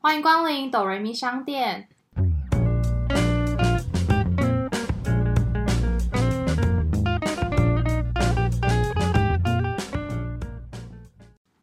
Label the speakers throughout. Speaker 1: 欢迎光临哆瑞咪商店。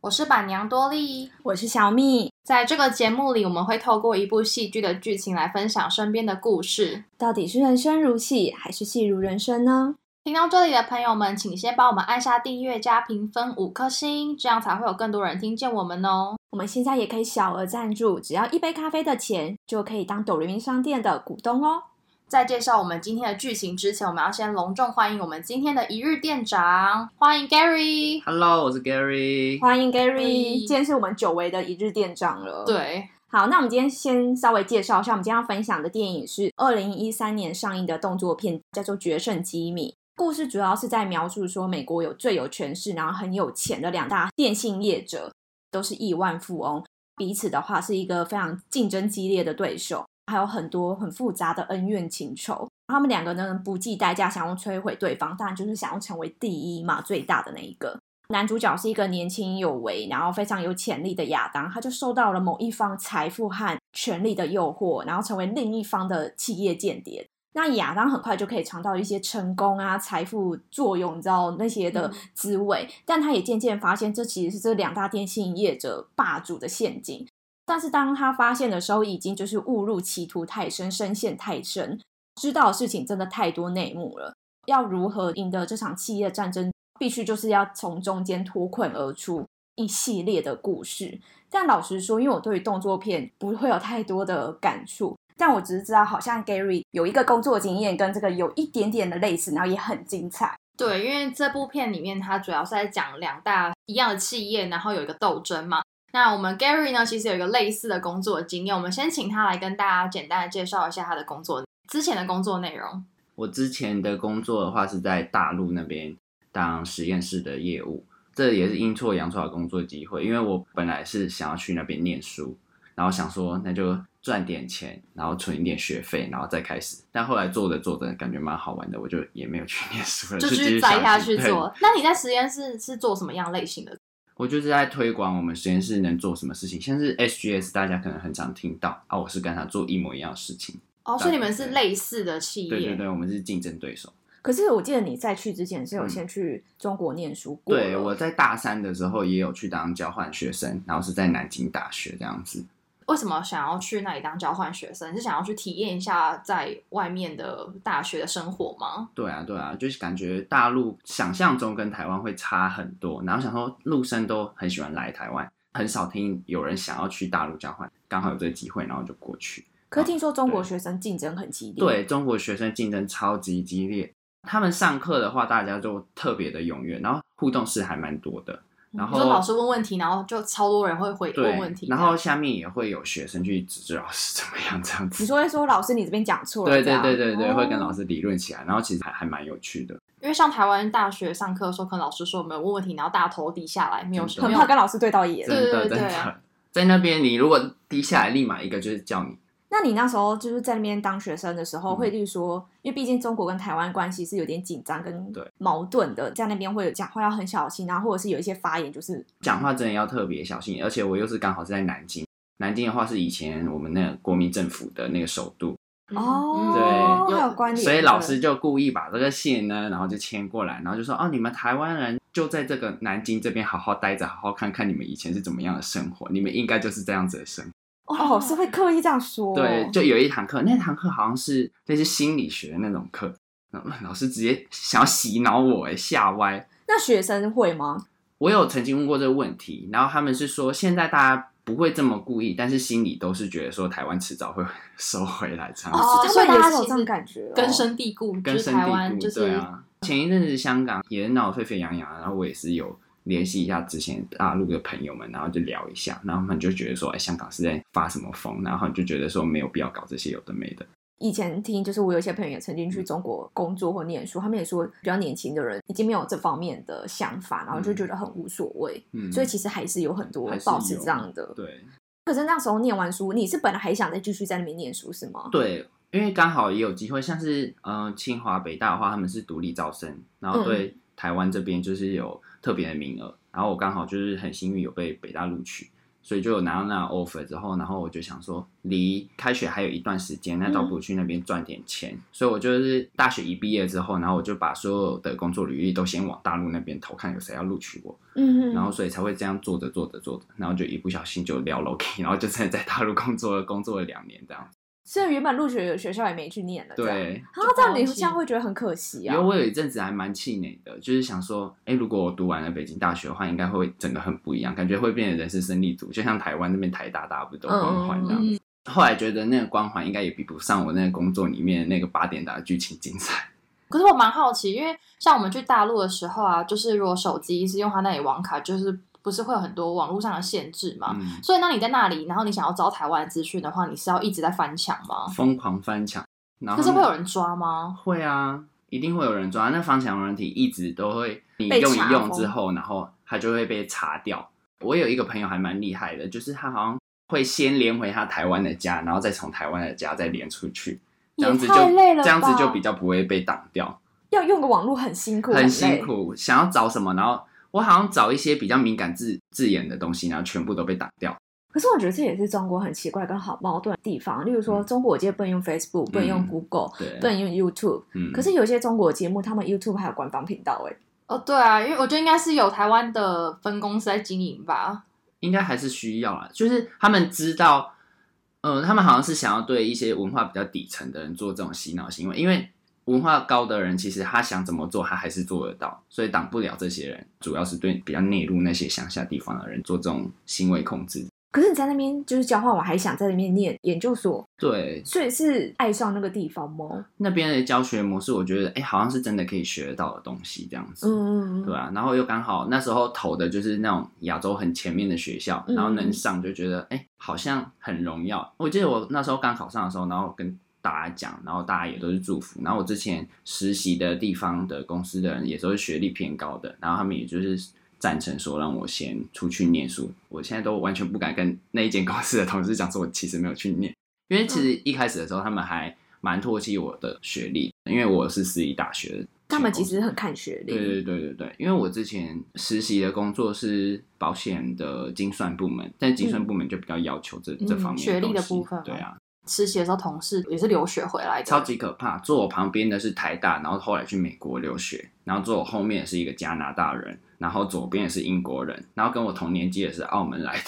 Speaker 1: 我是板娘多莉，
Speaker 2: 我是小蜜。
Speaker 1: 在这个节目里，我们会透过一部戏剧的剧情来分享身边的故事。
Speaker 2: 到底是人生如戏，还是戏如人生呢？
Speaker 1: 听到这里的朋友们，请先帮我们按下订阅加评分五颗星，这样才会有更多人听见我们哦。
Speaker 2: 我们现在也可以小额赞助，只要一杯咖啡的钱，就可以当抖音商店的股东哦。
Speaker 1: 在介绍我们今天的剧情之前，我们要先隆重欢迎我们今天的一日店长，欢迎 Gary。
Speaker 3: Hello，我是 Gary。
Speaker 2: 欢迎
Speaker 1: Gary
Speaker 2: Gary，今天是我们久违的一日店长了。，
Speaker 1: 对，
Speaker 2: 好，那我们今天先稍微介绍一下，我们今天要分享的电影是二零一三年上映的动作片，叫做《决胜机密》。故事主要是在描述说，美国有最有权势，然后很有钱的两大电信业者，都是亿万富翁，彼此的话是一个非常竞争激烈的对手，还有很多很复杂的恩怨情仇。他们两个呢不计代价想要摧毁对方，当然就是想要成为第一嘛，最大的那一个。男主角是一个年轻有为，然后非常有潜力的亚当，他就受到了某一方财富和权力的诱惑，然后成为另一方的企业间谍。那亚当很快就可以尝到一些成功啊、财富作用，你知道那些的
Speaker 1: 嗯
Speaker 2: 滋味，但他也渐渐发现，这其实是这两大电信业者霸主的陷阱。但是当他发现的时候，已经就是误入歧途太深，深陷太深，知道的事情真的太多内幕了。要如何赢得这场企业战争，必须就是要从中间脱困而出，一系列的故事。但老实说，因为我对于动作片不会有太多的感触，但我只是知道，好像 Gary 有一个工作经验跟这个有一点点的类似，然后也很精彩。
Speaker 1: 对，因为这部片里面它主要是在讲两大一样的企业，然后有一个斗争嘛。那我们 Gary 呢，其实有一个类似的工作经验，我们先请他来跟大家简单的介绍一下他的工作之前的工作内容。
Speaker 3: 我之前的工作的话是在大陆那边当实验室的业务，这也是阴错阳错的工作机会，因为我本来是想要去那边念书，然后想说那就赚点钱，然后存一点学费，然后再开始。但后来做着做着感觉蛮好玩的，我就也没有去念书了，
Speaker 1: 就
Speaker 3: 继
Speaker 1: 继
Speaker 3: 续
Speaker 1: 续栽
Speaker 3: 想
Speaker 1: 下
Speaker 3: 去
Speaker 1: 去
Speaker 3: 对
Speaker 1: 做。那你在实验室是做什么样类型的？
Speaker 3: 我就是在推广我们实验室能做什么事情，像是 SGS 大家可能很常听到啊，我是跟他做一模一样的事情。
Speaker 1: 哦，所以你们是类似的企业，
Speaker 3: 对对对，我们是竞争对手。
Speaker 2: 可是我记得你在去之前是有
Speaker 3: 嗯
Speaker 2: 先去中国念书过了、
Speaker 3: 对，我在大三的时候也有去当交换学生，然后是在南京大学这样子。
Speaker 1: 为什么想要去那里当交换学生？你是想要去体验一下在外面的大学的生活吗？
Speaker 3: 对啊，对啊，就是感觉大陆想象中跟台湾会差很多，然后想说陆生都很喜欢来台湾，很少听有人想要去大陆交换，刚好有这个机会，然后就过去。
Speaker 2: 可是听说中国
Speaker 3: 对
Speaker 2: 学生竞争很激烈，
Speaker 3: 对中国学生竞争超级激烈，他们上课的话，大家就特别的踊跃，然后互动是还蛮多的。然
Speaker 1: 嗯你说老
Speaker 3: 后
Speaker 1: 师问问题，然后就超多人会回
Speaker 3: 对
Speaker 1: 问问题，，
Speaker 3: 然后下面也会有学生去指正老师怎么样这样子
Speaker 2: 你。说会说老师你这边讲错了，
Speaker 3: 对
Speaker 2: 这
Speaker 3: 对
Speaker 2: 样
Speaker 3: 对对对，会跟老
Speaker 2: 哦
Speaker 3: 师理论起来，然后其实还还蛮有趣的。
Speaker 1: 因为像台湾大学上课的时候，可能老师说我们有问问题，然后大家头低下来，没有
Speaker 3: 真的
Speaker 1: 没
Speaker 2: 很
Speaker 1: 有
Speaker 2: 怕跟老师对到眼
Speaker 3: 真。
Speaker 1: 对
Speaker 3: 的
Speaker 1: 对啊
Speaker 3: 真的， 在那边你如果低下来，立马一个就是叫你。
Speaker 2: 那你那时候就是在那边当学生的时候，
Speaker 3: 嗯
Speaker 2: 会例如说，因为毕竟中国跟台湾关系是有点紧张跟
Speaker 3: 对
Speaker 2: 矛盾的，在那边会有讲话要很小心，然后或者是有一些发言就是
Speaker 3: 讲话真的要特别小心，而且我又是刚好是在南京，南京的话是以前我们那个国民政府的那个首都，
Speaker 1: 嗯
Speaker 2: 哦，
Speaker 3: 对
Speaker 2: 还有关联，
Speaker 3: 所以老师就故意把这个线呢，然后就牵过来，然后就说哦，你们台湾人就在这个南京这边好好待着，好好看看你们以前是怎么样的生活，你们应该就是这样子的生活。
Speaker 2: 哦是会刻意这样说，哦
Speaker 1: 哦
Speaker 3: 对，就有一堂课，那堂课好像是那是心理学的那种课，然后老师直接想要洗脑我，哎，吓歪。
Speaker 2: 那学生会吗？
Speaker 3: 我有曾经问过这个问题，然后他们是说现在大家不会这么故意，但是心里都是觉得说台湾迟早会 收回来这样子，
Speaker 1: 哦
Speaker 2: 他
Speaker 1: 所以大
Speaker 2: 们也
Speaker 1: 家
Speaker 2: 是有
Speaker 1: 其
Speaker 2: 这
Speaker 1: 实
Speaker 2: 种感觉哦，
Speaker 1: 根深蒂固，
Speaker 3: 根
Speaker 1: 就是
Speaker 3: 深
Speaker 1: 台
Speaker 3: 蒂
Speaker 1: 湾
Speaker 3: 固。
Speaker 1: 就是、
Speaker 3: 对啊，前一阵子香港也闹得沸沸扬扬，然后我也是有联系一下之前大陆的朋友们，然后就聊一下，然后他们就觉得说，哎，香港是在发什么疯，然后就觉得说没有必要搞这些有的没的。
Speaker 2: 以前听就是我有一些朋友也曾经去中国工作或念书，他们也说比较年轻的人已经没有这方面的想法，然后就觉得很无所谓，
Speaker 3: 嗯，
Speaker 2: 所以其实还是有很多
Speaker 3: 还是
Speaker 2: 保持
Speaker 3: 有
Speaker 2: 这样的。
Speaker 3: 对
Speaker 2: 可是那时候念完书，你是本来还想再继续在那边念书是吗？
Speaker 3: 对，因为刚好也有机会，像是呃清华北大的话，他们是独立招生，然后对台湾这边就是有特别的名额，然后我刚好就是很幸运有被北大录取，所以就有拿到那个 offer 之后，然后我就想说，离开学还有一段时间，那倒不如去那边赚点钱。所以我就是大学一毕业之后，然后我就把所有的工作履历都先往大陆那边投，看有谁要录取我。
Speaker 2: 嗯
Speaker 3: 然后所以才会这样做着做着做着，然后就一不小心就聊 l o k 然后就真的在大陆工作了工作了两年这样。
Speaker 2: 所以原本入学的学校也没去念了，这样。
Speaker 3: 对，
Speaker 2: 啊，这样
Speaker 1: 就
Speaker 2: 你
Speaker 1: 放弃
Speaker 2: 这样会觉得很可惜
Speaker 3: 因
Speaker 2: 啊
Speaker 3: 为。我有一阵子还蛮气馁的，就是想说，哎，如果我读完了北京大学的话，应该会整个很不一样，感觉会变得人生胜利组，就像台湾那边台大大家不都光环这样
Speaker 1: 嗯
Speaker 3: 子。后来觉得那个光环应该也比不上我那个工作里面那个八点档的剧情精彩。
Speaker 1: 可是我蛮好奇，因为像我们去大陆的时候啊，就是如果手机是用他那里网卡，就是不是会有很多网络上的限制嘛？
Speaker 3: 嗯，
Speaker 1: 所以那你在那里，然后你想要招台湾的资讯的话，你是要一直在翻墙吗？
Speaker 3: 疯狂翻墙，然后
Speaker 1: 可是会有人抓吗？
Speaker 3: 会啊，一定会有人抓。那防抢软体一直都会，你
Speaker 2: 被
Speaker 3: 用
Speaker 2: 查
Speaker 3: 一用之后，然后它就会被查掉。我有一个朋友还蛮厉害的，就是他好像会先连回他台湾的家，然后再从台湾的家再连出去，这样子就
Speaker 1: 也太累了吧
Speaker 3: 这样子就比较不会被挡掉，
Speaker 2: 要用个网络很辛苦，
Speaker 3: 很
Speaker 2: 累
Speaker 3: 辛。苦。想要找什么，然后我好像找一些比较敏感字字眼的东西，然后全部都被挡掉。
Speaker 2: 可是我觉得这也是中国很奇怪跟好矛盾的地方。例如说，
Speaker 3: 嗯
Speaker 2: 中国我记得不能用 Facebook，不能用
Speaker 3: 嗯
Speaker 2: Google，
Speaker 3: 对，
Speaker 2: 不能用 YouTube。
Speaker 3: 嗯，
Speaker 2: 可是有一些中国节目，他们 YouTube 还有官方频道，哎，
Speaker 1: 哦，对啊，因为我觉得应该是有台湾的分公司在经营吧。
Speaker 3: 应该还是需要啊，就是他们知道，呃，他们好像是想要对一些文化比较底层的人做这种洗脑行为，因为文化高的人其实他想怎么做，他还是做得到，所以挡不了这些人，主要是对比较内陆那些乡下地方的人做这种行为控制。
Speaker 2: 可是你在那边就是交换，我还想在那边念研究所，
Speaker 3: 对
Speaker 2: 所以是爱上那个地方吗？
Speaker 3: 那边的教学模式，我觉得哎、好像是真的可以学得到的东西，这样子。
Speaker 2: 嗯嗯
Speaker 3: 对啊，然后又刚好那时候投的就是那种亚洲很前面的学校，
Speaker 2: 嗯
Speaker 3: 然后能上就觉得哎、好像很荣耀。我记得我那时候刚考上的时候，然后跟大家讲，然后大家也都是祝福。然后我之前实习的地方的公司的人也都是学历偏高的，然后他们也就是赞成说让我先出去念书。我现在都完全不敢跟那一间公司的同事讲说我其实没有去念，因为其实一开始的时候他们还蛮唾弃我的学历，因为我是私立大学的。
Speaker 2: 他们其实很看学历。
Speaker 3: 对对对对对，因为我之前实习的工作是保险的精算部门，但精算部门就比较要求这、
Speaker 1: 嗯
Speaker 3: 这方面
Speaker 1: 学历的
Speaker 3: 东西
Speaker 1: 部分吗
Speaker 3: 对啊，
Speaker 1: 实习的时候，同事也是留学回来的，
Speaker 3: 超级可怕。坐我旁边的是台大，然后后来去美国留学，然后坐我后面的是一个加拿大人，然后左边也是英国人，然后跟我同年纪也是澳门来的，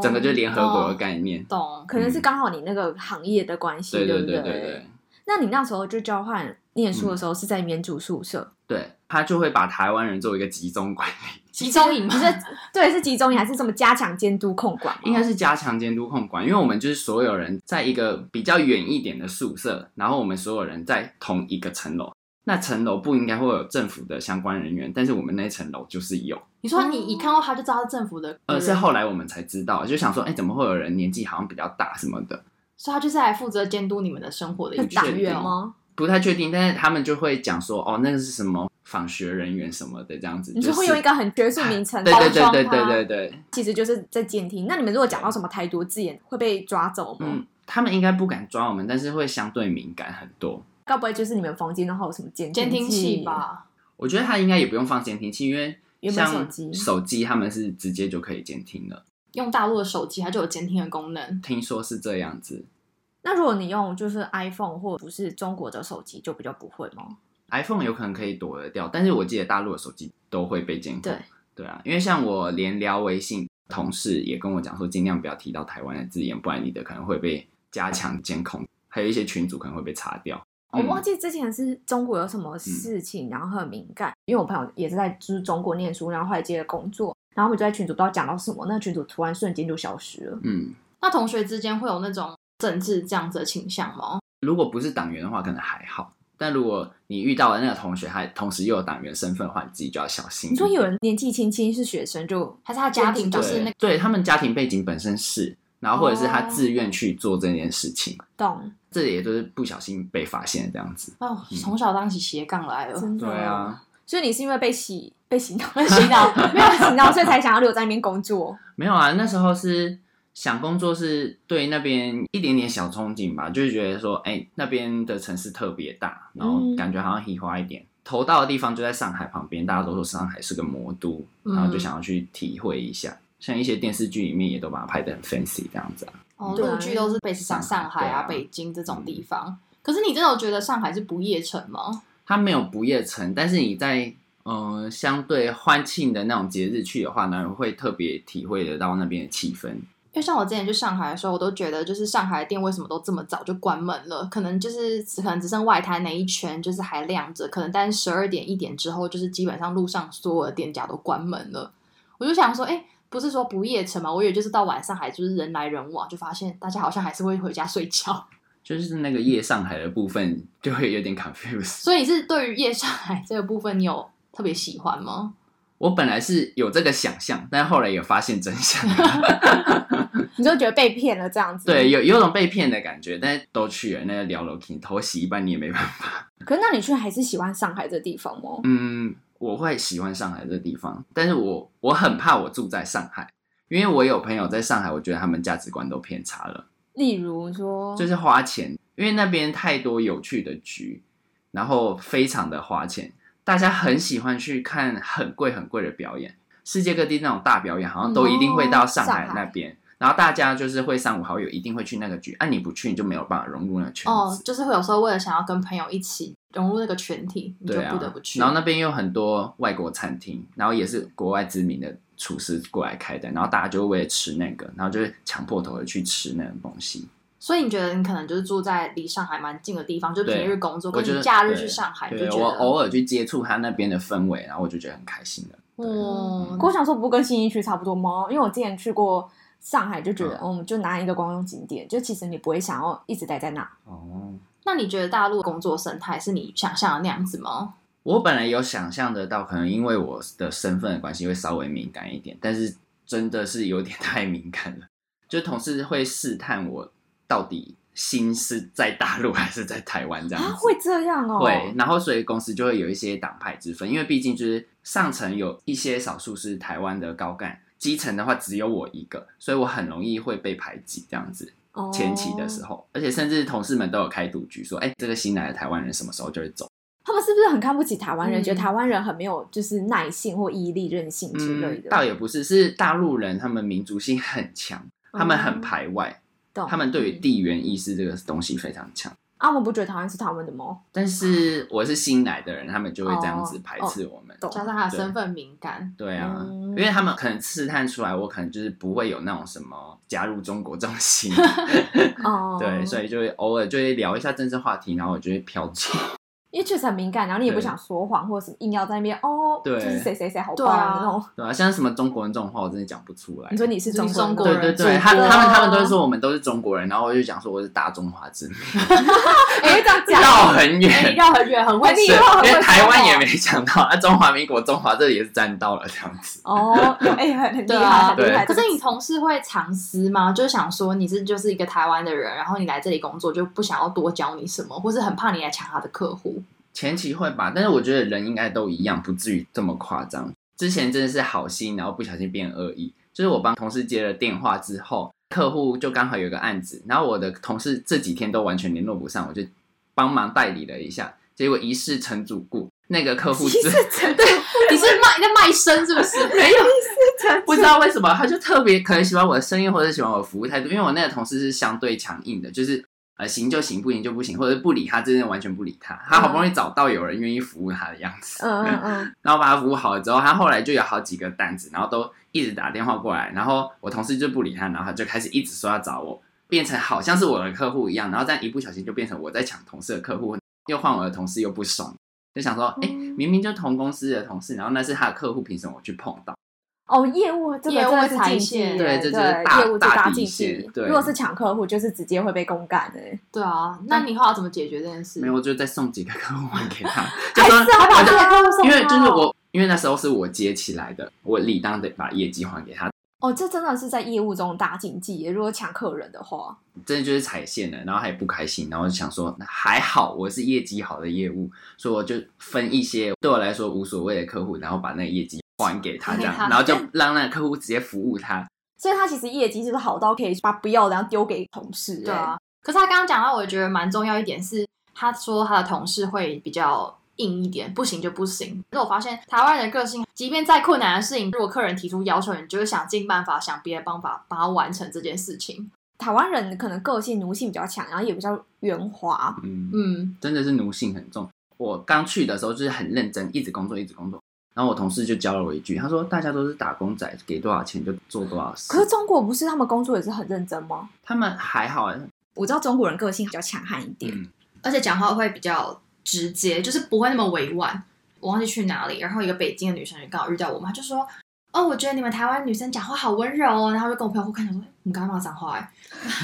Speaker 3: 整个就联合国
Speaker 1: 哦
Speaker 3: 的概念。
Speaker 1: 懂。
Speaker 2: 可能是刚好你那个行业的关系，
Speaker 3: 嗯对
Speaker 2: 不
Speaker 3: 对对对对。嗯
Speaker 2: 那你那时候就交换念书的时候是在民主宿舍，
Speaker 3: 对，他就会把台湾人作为一个集中管理，
Speaker 1: 集中营
Speaker 2: 你
Speaker 1: 吗？
Speaker 2: 是对是集中营还是什么加强监督控管吗？
Speaker 3: 应该是加强监督控管，因为我们就是所有人在一个比较远一点的宿舍，然后我们所有人在同一个层楼。那层楼不应该会有政府的相关人员，但是我们那层楼就是有。
Speaker 1: 你说你一看到他就知道是政府的，
Speaker 3: 呃，
Speaker 2: 嗯
Speaker 3: 是后来我们才知道，就想说，哎、怎么会有人年纪好像比较大什么的？
Speaker 1: 所以他就是来负责监督你们的生活的
Speaker 2: 是
Speaker 1: 一
Speaker 2: 党
Speaker 1: 群
Speaker 2: 员
Speaker 1: 人。
Speaker 2: 吗？
Speaker 3: 不太确定，但是他们就会讲说，哦，那个是什么访学人员什么的这样子。
Speaker 2: 你
Speaker 3: 就
Speaker 2: 就是会用一个很学术名 称
Speaker 3: 对
Speaker 2: 包
Speaker 3: 对
Speaker 2: 装
Speaker 3: 对
Speaker 2: 它，
Speaker 3: 对对对对，
Speaker 2: 其实就是在监听。那你们如果讲到什么台独字眼，会被抓走吗？
Speaker 3: 嗯，他们应该不敢抓我们，但是会相对敏感很多。
Speaker 2: 该不会就是你们房间然后有什么监
Speaker 1: 监听
Speaker 2: 听
Speaker 1: 器？吧，
Speaker 3: 我觉得他应该也不用放监听器，因为
Speaker 2: 原本手
Speaker 3: 像
Speaker 2: 机
Speaker 3: 手机他们是直接就可以监听了，
Speaker 1: 用大陆的手机它就有监听的功能。
Speaker 3: 听说是这样子。
Speaker 2: 那如果你用就是 iPhone 或不是中国的手机，就比较不会吗？
Speaker 3: iPhone 有可能可以躲得掉，但是我记得大陆的手机都会被监控。
Speaker 2: 对，
Speaker 3: 啊，因为像我连聊微信，同事也跟我讲说，尽量不要提到台湾的字眼，不然你的可能会被加强监控，还有一些群组可能会被查掉。
Speaker 2: 我忘
Speaker 3: 嗯、
Speaker 2: 记之前是中国有什么事情，然后很敏感，因为我朋友也是在就是中国念书，然后后来接了工作，然后我们就在群组不知道讲到什么，那个群组突然瞬间就消失了。
Speaker 3: 嗯，
Speaker 1: 那同学之间会有那种政治这样子的倾向吗？
Speaker 3: 如果不是党员的话，可能还好。但如果你遇到了那个同学，他同时又有党员身份的话，你自己就要小心一
Speaker 2: 你
Speaker 3: 点。
Speaker 2: 说有人年纪轻轻是学生就
Speaker 1: 还是他家庭就
Speaker 3: 对
Speaker 1: 是那哦
Speaker 3: 对他们家庭背景本身是，然后或者是他自愿去做这件事情，
Speaker 2: 懂，
Speaker 3: 这也都是不小心被发现这样子。
Speaker 1: 哦，从小当起斜杠来了。
Speaker 2: 真的。，，
Speaker 3: 啊
Speaker 1: 哦
Speaker 2: 所以你是因为被洗被洗脑 被
Speaker 1: 洗脑
Speaker 2: 没有被洗脑，所以才想要留在那边工作。
Speaker 3: 没有啊，那时候是想工作，是对那边一点点小憧憬吧，就是觉得说，哎、那边的城市特别大，然后
Speaker 2: 嗯
Speaker 3: 感觉好像喜花一
Speaker 1: 嗯
Speaker 3: 点。投到的地方就在上海旁边，大家都说上海是个魔都，
Speaker 1: 嗯
Speaker 3: 然后就想要去体会一下。像一些电视剧里面也都把它拍的很 fancy 这样子啊。
Speaker 1: 哦，
Speaker 2: 对啊
Speaker 1: 陆剧都是被上上海
Speaker 3: 对
Speaker 1: 啊、
Speaker 3: 啊
Speaker 1: 北京这种地方。可是你真的有觉得上海是不夜城吗？
Speaker 3: 它没有不夜城，但是你在嗯、呃相对欢庆的那种节日去的话呢，会特别体会得到那边的气氛。
Speaker 1: 因为像我之前去上海的时候，我都觉得就是上海的店为什么都这么早就关门了？可能就是可能只剩外滩那一圈就是还亮着，可能但是十二点一点之后，就是基本上路上所有的店家都关门了。我就想说，哎、不是说不夜城嘛，我以为就是到晚上还就是人来人往，就发现大家好像还是会回家睡觉。
Speaker 3: 就是那个夜上海的部分就会有点 confuse。
Speaker 1: 所以你是对于夜上海这个部分，你有特别喜欢吗？
Speaker 3: 我本来是有这个想象，但后来也发现真相。
Speaker 2: 你就觉得被骗了这样子。
Speaker 3: 对，。有有种被骗的感觉，但是都去了那个聊楼梯头洗一半你也没办法。
Speaker 2: 可是那你却还是喜欢上海这地方哦。
Speaker 3: 嗯，我会喜欢上海这个地方，但是我我很怕我住在上海，因为我有朋友在上海，我觉得他们价值观都偏差了。
Speaker 2: 例如说，
Speaker 3: 就是花钱，因为那边太多有趣的局，然后非常的花钱，大家很喜欢去看很贵很贵的表演，世界各地那种大表演好像都一定会到上海那
Speaker 1: 哦
Speaker 3: 边，然后大家就是会三五好友一定会去那个局，啊你不去你就没有办法融入那个圈子，
Speaker 1: 哦，就是会有时候为了想要跟朋友一起融入那个群体，你就
Speaker 3: 对啊，
Speaker 1: 不得不去。
Speaker 3: 然后那边有很多外国餐厅，然后也是国外知名的厨师过来开的，然后大家就会为了吃那个，然后就会强迫头的去吃那种东西。
Speaker 1: 所以你觉得你可能就是住在离上海蛮近的地方，就平
Speaker 3: 对
Speaker 1: 日工作，
Speaker 3: 我
Speaker 1: 跟
Speaker 3: 觉
Speaker 1: 你
Speaker 3: 得
Speaker 1: 假日
Speaker 3: 对
Speaker 1: 去上海，你就
Speaker 3: 对
Speaker 1: 觉
Speaker 3: 我
Speaker 1: 得哦
Speaker 3: 偶尔去接触他那边的氛围，然后我就觉得很开心了。对嗯
Speaker 1: 哦，
Speaker 2: 我想说不跟新一区差不多吗？因为我之前去过上海，就觉得嗯，就拿一个观光景点，就其实你不会想要一直待在那。
Speaker 3: 哦，
Speaker 1: 那你觉得大陆工作生态是你想象的那样子吗？
Speaker 3: 我本来有想象得到，可能因为我的身份的关系会稍微敏感一点，但是真的是有点 太敏感了。就同事会试探我到底心是在大陆还是在台湾这样
Speaker 2: 啊，
Speaker 3: 子。
Speaker 2: 会这样哦？
Speaker 3: 会，然后所以公司就会有一些党派之分，因为毕竟就是上层有一些少数是台湾的高干，基层的话只有我一个，所以我很容易会被排挤这样子。
Speaker 2: 哦
Speaker 3: 前期的时候，而且甚至同事们都有开赌局说，哎、这个新来的台湾人什么时候就会走？
Speaker 2: 他们是不是很看不起台湾人？
Speaker 1: 嗯
Speaker 2: 觉得台湾人很没有就是耐性或毅力、韧性之类
Speaker 3: 嗯，
Speaker 2: 的？
Speaker 3: 倒也不是，是大陆人他们民族性很强，他们
Speaker 2: 哦
Speaker 3: 很排外，
Speaker 2: 懂
Speaker 3: 他们对于地缘意识这个东西非常强。
Speaker 2: 啊，我们不觉得台湾是他们的吗？
Speaker 3: 但是我是新来的人，他们就会这样子
Speaker 2: 哦
Speaker 3: 排
Speaker 2: 哦
Speaker 3: 斥我们。
Speaker 2: 懂
Speaker 1: 加上他的
Speaker 3: 对
Speaker 1: 身份敏感，
Speaker 3: 对啊，
Speaker 2: 嗯
Speaker 3: 因为他们可能试探出来，我可能就是不会有那种什么加入中国这种心，
Speaker 2: 哦，
Speaker 3: 对，所
Speaker 2: 以
Speaker 3: 以就会偶尔就会聊一下政治话题，然后我就会飘走。
Speaker 2: 因为确实很敏感，然后你也不
Speaker 3: 对
Speaker 2: 想说谎，或者是硬要在那边哦，
Speaker 3: 对
Speaker 2: 就是谁谁谁好
Speaker 1: 对
Speaker 2: 棒
Speaker 1: 啊
Speaker 2: 那种。
Speaker 3: 对啊，像什么中国人这种话，我真的讲不出来
Speaker 2: 你。说你是
Speaker 1: 就是
Speaker 2: 中
Speaker 1: 中国
Speaker 3: 对
Speaker 2: 人，
Speaker 3: 对
Speaker 1: 人啊
Speaker 3: 对，他
Speaker 1: 祖国
Speaker 3: 他们他们都会说我们都是中国人，然后我就讲说我是大中华之民，
Speaker 2: 哎，这样讲
Speaker 3: 绕 很
Speaker 1: 哎你
Speaker 3: 远，
Speaker 1: 绕很远，很会
Speaker 2: 你
Speaker 3: 是
Speaker 2: 以后很会
Speaker 3: 因
Speaker 1: 啊
Speaker 3: 为台湾
Speaker 2: 说
Speaker 3: 也
Speaker 2: 话
Speaker 3: 没讲到啊，中华民国、中华这里也是沾到了这样子。
Speaker 2: 哦，有哎，很很厉
Speaker 1: 对
Speaker 2: 害，
Speaker 1: 啊
Speaker 2: 很 厉害。
Speaker 1: 可是你同事会藏私吗？就是想说你是就是一个台湾的人，然后你来这里工作就不想要多教你什么，或是很怕你来抢他的客户。
Speaker 3: 前期会吧，但是我觉得人应该都一样，不至于这么夸张。之前真的是好心，然后不小心变恶意。就是我帮同事接了电话之后，客户就刚好有个案子，然后我的同事这几天都完全联络不上，我就帮忙代理了一下，结果一事成主顾，那个客户
Speaker 2: 其
Speaker 3: 真
Speaker 2: 实真的
Speaker 1: 你是卖你在卖身是不是？
Speaker 3: 没有，
Speaker 2: 真
Speaker 3: 不知道为什么，他就特别可能喜欢我的声音，或者喜欢我的服务态度。因为我那个同事是相对强硬的，就是呃行就行，不行就不行，或者不理他，真的完全不理他。他好不容易找到有人愿意服务他的样子，
Speaker 2: 嗯嗯嗯，
Speaker 3: 然后把他服务好了之后，他后来就有好几个单子，然后都一直打电话过来，然后我同事就不理他，然后他就开始一直说要找我，变成好像是我的客户一样，然后这样一不小心就变成我在抢同事的客户，又换我的同事又不爽，就想说，哎、
Speaker 1: 嗯
Speaker 3: 明明就同公司的同事，然后那是他的客户，凭什么我去碰到？
Speaker 2: 哦，业务这个
Speaker 1: 业务
Speaker 2: 真的是
Speaker 1: 踩
Speaker 2: 禁忌，
Speaker 1: 线
Speaker 3: 对这就是
Speaker 2: 对
Speaker 3: 大
Speaker 2: 业务最
Speaker 3: 大
Speaker 2: 大
Speaker 3: 底
Speaker 2: 禁
Speaker 3: 线
Speaker 2: 忌。
Speaker 3: 对
Speaker 2: 如果是抢客户，就是直接会被公干哎的。
Speaker 1: 对啊，那你后来要怎么解决这件事？
Speaker 3: 没有，我就再送几个客户还 给他，就
Speaker 2: 还
Speaker 3: 说
Speaker 2: 是还把
Speaker 3: 我
Speaker 2: 这
Speaker 3: 就
Speaker 2: 个客户送
Speaker 3: 因为就是
Speaker 2: 他哦
Speaker 3: 我，因为那时候是我接起来的，我理当得把业绩还给他，
Speaker 2: 哦，这真的是在业务中的大禁忌。如果抢客人的话，
Speaker 3: 真的就是踩线了，然后还不开心，然后就想说那还好我是业绩好的业务，所以我就分一些对我来说无所谓的客户，然后把那个业绩还给他这样，然 后就让那个客户直接服务他，
Speaker 2: 所以他其实业绩就是好到可以把不要的然后丢给同事。
Speaker 1: 啊
Speaker 2: 哎
Speaker 1: 对啊，可是他刚刚讲到，我觉得蛮重要一点是，他说他的同事会比较硬一点，不行就不行。可是我发现台湾人的个性，即便再困难的事情，如果客人提出要求，你就会想尽办法，想别的方法把它完成这件事情。
Speaker 2: 台湾人可能个性奴性比较强，然后也比较圆滑。
Speaker 3: 嗯，
Speaker 1: 嗯，
Speaker 3: 真的是奴性很重。我刚去的时候就是很认真，一直工作，一直工作。然后我同事就教了我一句，他说：“大家都是打工仔，给多少钱就做多少事
Speaker 2: 可。是中国不是他们工作也是很认真吗？”
Speaker 3: 他们还好欸，
Speaker 2: 我知道中国人个性比较强悍一 点，
Speaker 3: 嗯，
Speaker 1: 而且讲话会比较直接，就是不会那么委婉。我忘记去哪里，然后一个北京的女生就刚好遇到我嘛，她就说：“哦，我觉得你们台湾女生讲话好温柔哦。”然后就跟我朋友互看，想说：“你刚刚骂脏话哎、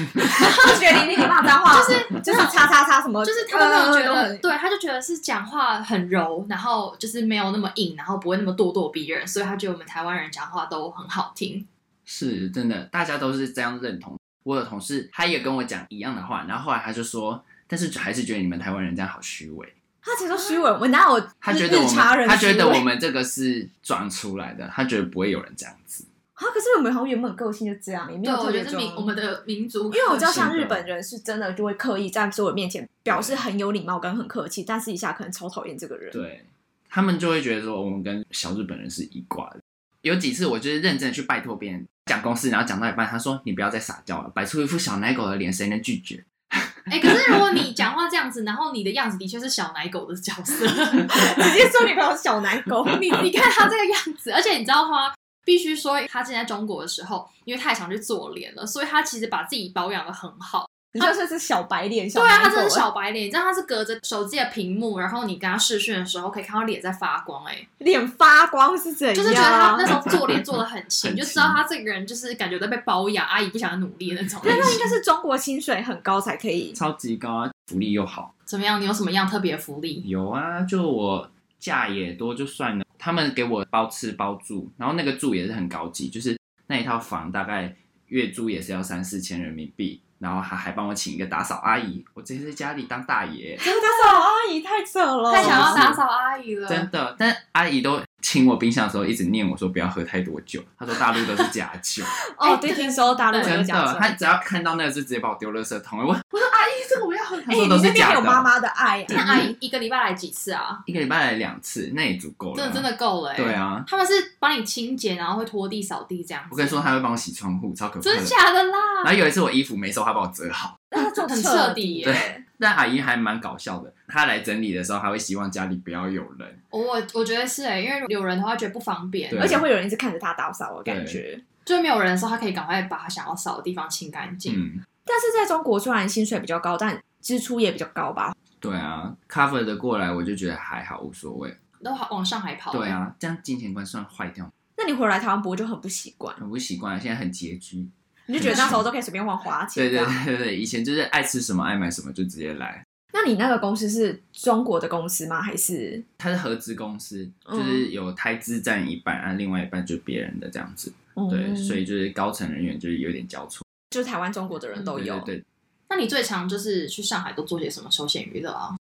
Speaker 2: 不觉得你那个骂脏话，
Speaker 1: 就是
Speaker 2: 就是叉叉叉什么，
Speaker 1: 就是他们那种觉
Speaker 2: 呃
Speaker 1: 得，对，他就觉得是讲话很柔，然后就是没有那么硬，然后不会那么咄咄逼人，所以他觉得我们台湾人讲话都很好听。
Speaker 3: 是真的，大家都是这样认同。我有同事，他也跟我讲一样的话，然后后来他就说，但是还是觉得你们台湾人这样好虚伪。
Speaker 2: 他才说虚伪，我哪有
Speaker 3: 他
Speaker 2: 日
Speaker 3: 觉得我
Speaker 2: 日差
Speaker 3: 们，
Speaker 2: 人
Speaker 3: 他觉
Speaker 2: 虚
Speaker 3: 得
Speaker 2: 伪
Speaker 3: 我们这个是装出来的，他觉得不会有人这样子。
Speaker 2: 啊，可是我们好像原本个性就这样，也没
Speaker 1: 对，
Speaker 2: 有特
Speaker 1: 我觉
Speaker 2: 别
Speaker 1: 得这民
Speaker 2: 装
Speaker 1: 我们的民族，因
Speaker 2: 因为我知道，
Speaker 3: 是
Speaker 2: 像
Speaker 3: 的
Speaker 2: 日本人是真的就会刻意在所有人面前表示很有礼貌跟很客气，但私底下可能超讨厌这个人。
Speaker 3: 对他们就会觉得说，我们跟小日本人是一挂的。有几次我就是认真地去拜托别人讲公司，然后讲到一半，他说你不要再撒娇了，摆出一副小奶狗的脸，谁能拒绝？
Speaker 1: 哎、可是如果你讲话这样子，然后你的样子的确是小奶狗的角色，
Speaker 2: 直接说女朋友是小奶 狗，
Speaker 1: 你你看他这个样子，而且你知道吗？必须说，他之前在中国的时候，因为太常去做脸了，所以他其实把自己保养的很好。
Speaker 2: 你就算是小白脸，小
Speaker 1: 对啊，
Speaker 2: 奶
Speaker 1: 他
Speaker 2: 狗欸
Speaker 1: 真的是小白脸，你知道他是隔着手机的屏幕，然后你跟他视讯的时候，可以看到脸在发光、哎，
Speaker 2: 脸发光是怎样？
Speaker 1: 就是觉得他那时候 做脸做的很勤，
Speaker 3: 很勤
Speaker 1: 就知道他这个人就是感觉在被包养，阿姨不想努力的那种类
Speaker 2: 但
Speaker 3: 啊
Speaker 1: 型。
Speaker 2: 那应该是中国薪水很高才可以。
Speaker 3: 超级高啊，福利又好。
Speaker 1: 怎么样？你有什么样特别的福利？
Speaker 3: 有啊，就我假也多就算了，他们给我包吃包住，然后那个住也是很高级，就是那一套房大概月租也是要三四千人民币，然后还还帮我请一个打扫阿姨，我直接在家里当大爷，
Speaker 2: 可是打扫哦阿姨太扯了，
Speaker 1: 太想要
Speaker 3: 打
Speaker 1: 打扫阿姨了。
Speaker 3: 真的。但阿姨都请我冰箱的时候一直念我说不要喝太多酒，她说大陆都是假 酒，
Speaker 2: 哦
Speaker 1: 哎，
Speaker 2: 对，
Speaker 1: 对
Speaker 2: 听说大陆有
Speaker 3: 真
Speaker 2: 讲
Speaker 3: 的，
Speaker 2: 说，
Speaker 3: 她只要看到那个就直接把我丢垃圾桶。我我说阿姨这个我要喝，她
Speaker 2: 哎，
Speaker 3: 说
Speaker 2: 你
Speaker 3: 都是
Speaker 2: 那边
Speaker 3: 假
Speaker 2: 有
Speaker 3: 的，
Speaker 2: 妈妈的爱
Speaker 1: 那
Speaker 2: 啊，
Speaker 1: 阿姨一个礼拜来几次啊？
Speaker 3: 一个礼拜来两次，那也足够了，啊
Speaker 1: 真的真。的够了、哎
Speaker 3: 对，啊，
Speaker 1: 他们是帮你清洁，然后会拖地、扫地这样
Speaker 3: 我
Speaker 1: 子。
Speaker 3: 跟你说，她会帮我洗窗户，超可怕
Speaker 1: 真假的啦
Speaker 3: 然！后有一次我衣服没收，他帮我折好。
Speaker 2: 那她做
Speaker 1: 很
Speaker 2: 彻
Speaker 1: 彻底耶
Speaker 2: 耶。
Speaker 3: 但阿姨还蛮搞笑的，她来整理的时候，还会希望家里不要有人。
Speaker 1: 我我我觉得是哎、因为有人的话觉得不方便，
Speaker 3: 对
Speaker 2: 而且会有人一直看着她打扫，我感觉。
Speaker 1: 就没有人的时候，他可以赶快把他想要扫的地方清干净。
Speaker 3: 嗯，
Speaker 2: 但是在中国虽然薪水比较高，但支出也比较高吧？
Speaker 3: 对啊，cover 的过来，我就觉得还好，无所谓。
Speaker 1: 都好往上海跑、
Speaker 3: 对，啊，这样金钱观算坏掉，
Speaker 2: 那你回来台湾不会就很不习惯？
Speaker 3: 很不习惯，啊现在很拮据。
Speaker 2: 你就觉得那时候都可以随便乱花钱。
Speaker 3: 对 对
Speaker 2: 这样
Speaker 3: 对对，以前就是爱吃什么爱买什么就直接来。
Speaker 2: 那你那个公司是中国的公司吗？还是
Speaker 3: 它是合资公司，
Speaker 2: 嗯
Speaker 3: 就是有台资占一半，啊，另外一半就是别人的这样子。对，
Speaker 2: 嗯
Speaker 3: 所以就是高层人员就是有点交错。
Speaker 2: 就是台湾、中国的人都
Speaker 3: 对
Speaker 2: 哦有。
Speaker 3: 对对，
Speaker 1: 那你最常就是去上海都做些什么休闲娱乐啊？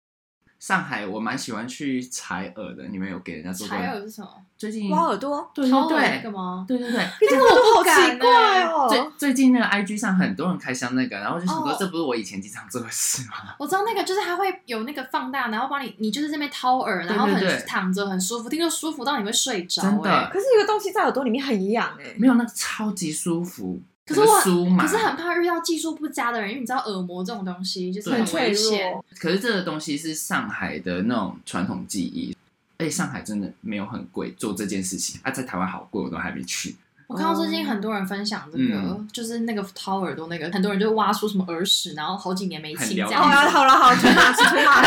Speaker 3: 上海我蛮喜欢去采耳的，你们有给人家做过？
Speaker 1: 还有是什么？
Speaker 3: 最近
Speaker 2: 挖耳朵，
Speaker 3: 对
Speaker 1: 掏
Speaker 3: 对
Speaker 1: 耳那
Speaker 3: 对
Speaker 1: 个 吗？
Speaker 3: 对对对，
Speaker 2: 可是我好奇怪
Speaker 3: 最
Speaker 2: 哦。
Speaker 3: 最近那个 IG 上很多人开箱那个，然后我就想说
Speaker 1: 哦
Speaker 3: 这不是我以前经常做的事吗？
Speaker 1: 我知道那个就是它会有那个放大，然后帮你，你就是这边掏耳，
Speaker 3: 对
Speaker 1: 然后很
Speaker 3: 对对
Speaker 1: 躺着很舒服，听着舒服到你会睡着、
Speaker 3: 真的
Speaker 1: 哎
Speaker 2: 可是有个东西在耳朵里面很痒哎、
Speaker 3: 没有，那个超级舒服，
Speaker 1: 可是
Speaker 3: 整个
Speaker 1: 我
Speaker 3: 酥麻，
Speaker 1: 可是很怕遇到技术不佳的人，因为你知道耳膜这种东西就是
Speaker 3: 对
Speaker 1: 很
Speaker 2: 很脆
Speaker 1: 危险
Speaker 2: 弱。。哦
Speaker 3: 可是这个东西是上海的那种传统技艺，而且上海真的没有很贵，做这件事情啊，在台湾好贵，我都还没去。
Speaker 1: 我看到最
Speaker 2: 哦
Speaker 1: 近很多人分享这个，
Speaker 3: 嗯
Speaker 1: 就是那个掏耳朵那个，很多人就挖出什么耳屎，然后好几年没清这
Speaker 3: 很
Speaker 2: 好
Speaker 1: 样子。
Speaker 3: 疗愈
Speaker 2: 了好了好了，出马出马。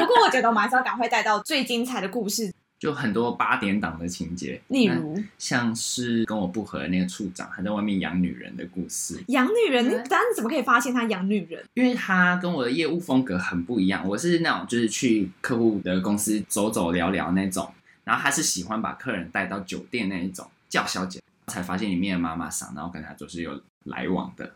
Speaker 2: 不过我觉得我们还是要赶快带到最精彩的故事，
Speaker 3: 就很多八点档的情节，
Speaker 2: 例如
Speaker 3: 像是跟我不和的那个处长，还在外面养女人的故事。
Speaker 2: 养女人，
Speaker 1: 嗯
Speaker 2: 你但是怎么可以发现她养女人？
Speaker 3: 因为他跟我的业务风格很不一样，我是那种就是去客户的公司走走聊聊那种，然后他是喜欢把客人带到酒店那一种叫小姐，才发现里面的妈妈桑，然后跟他就是有来往的，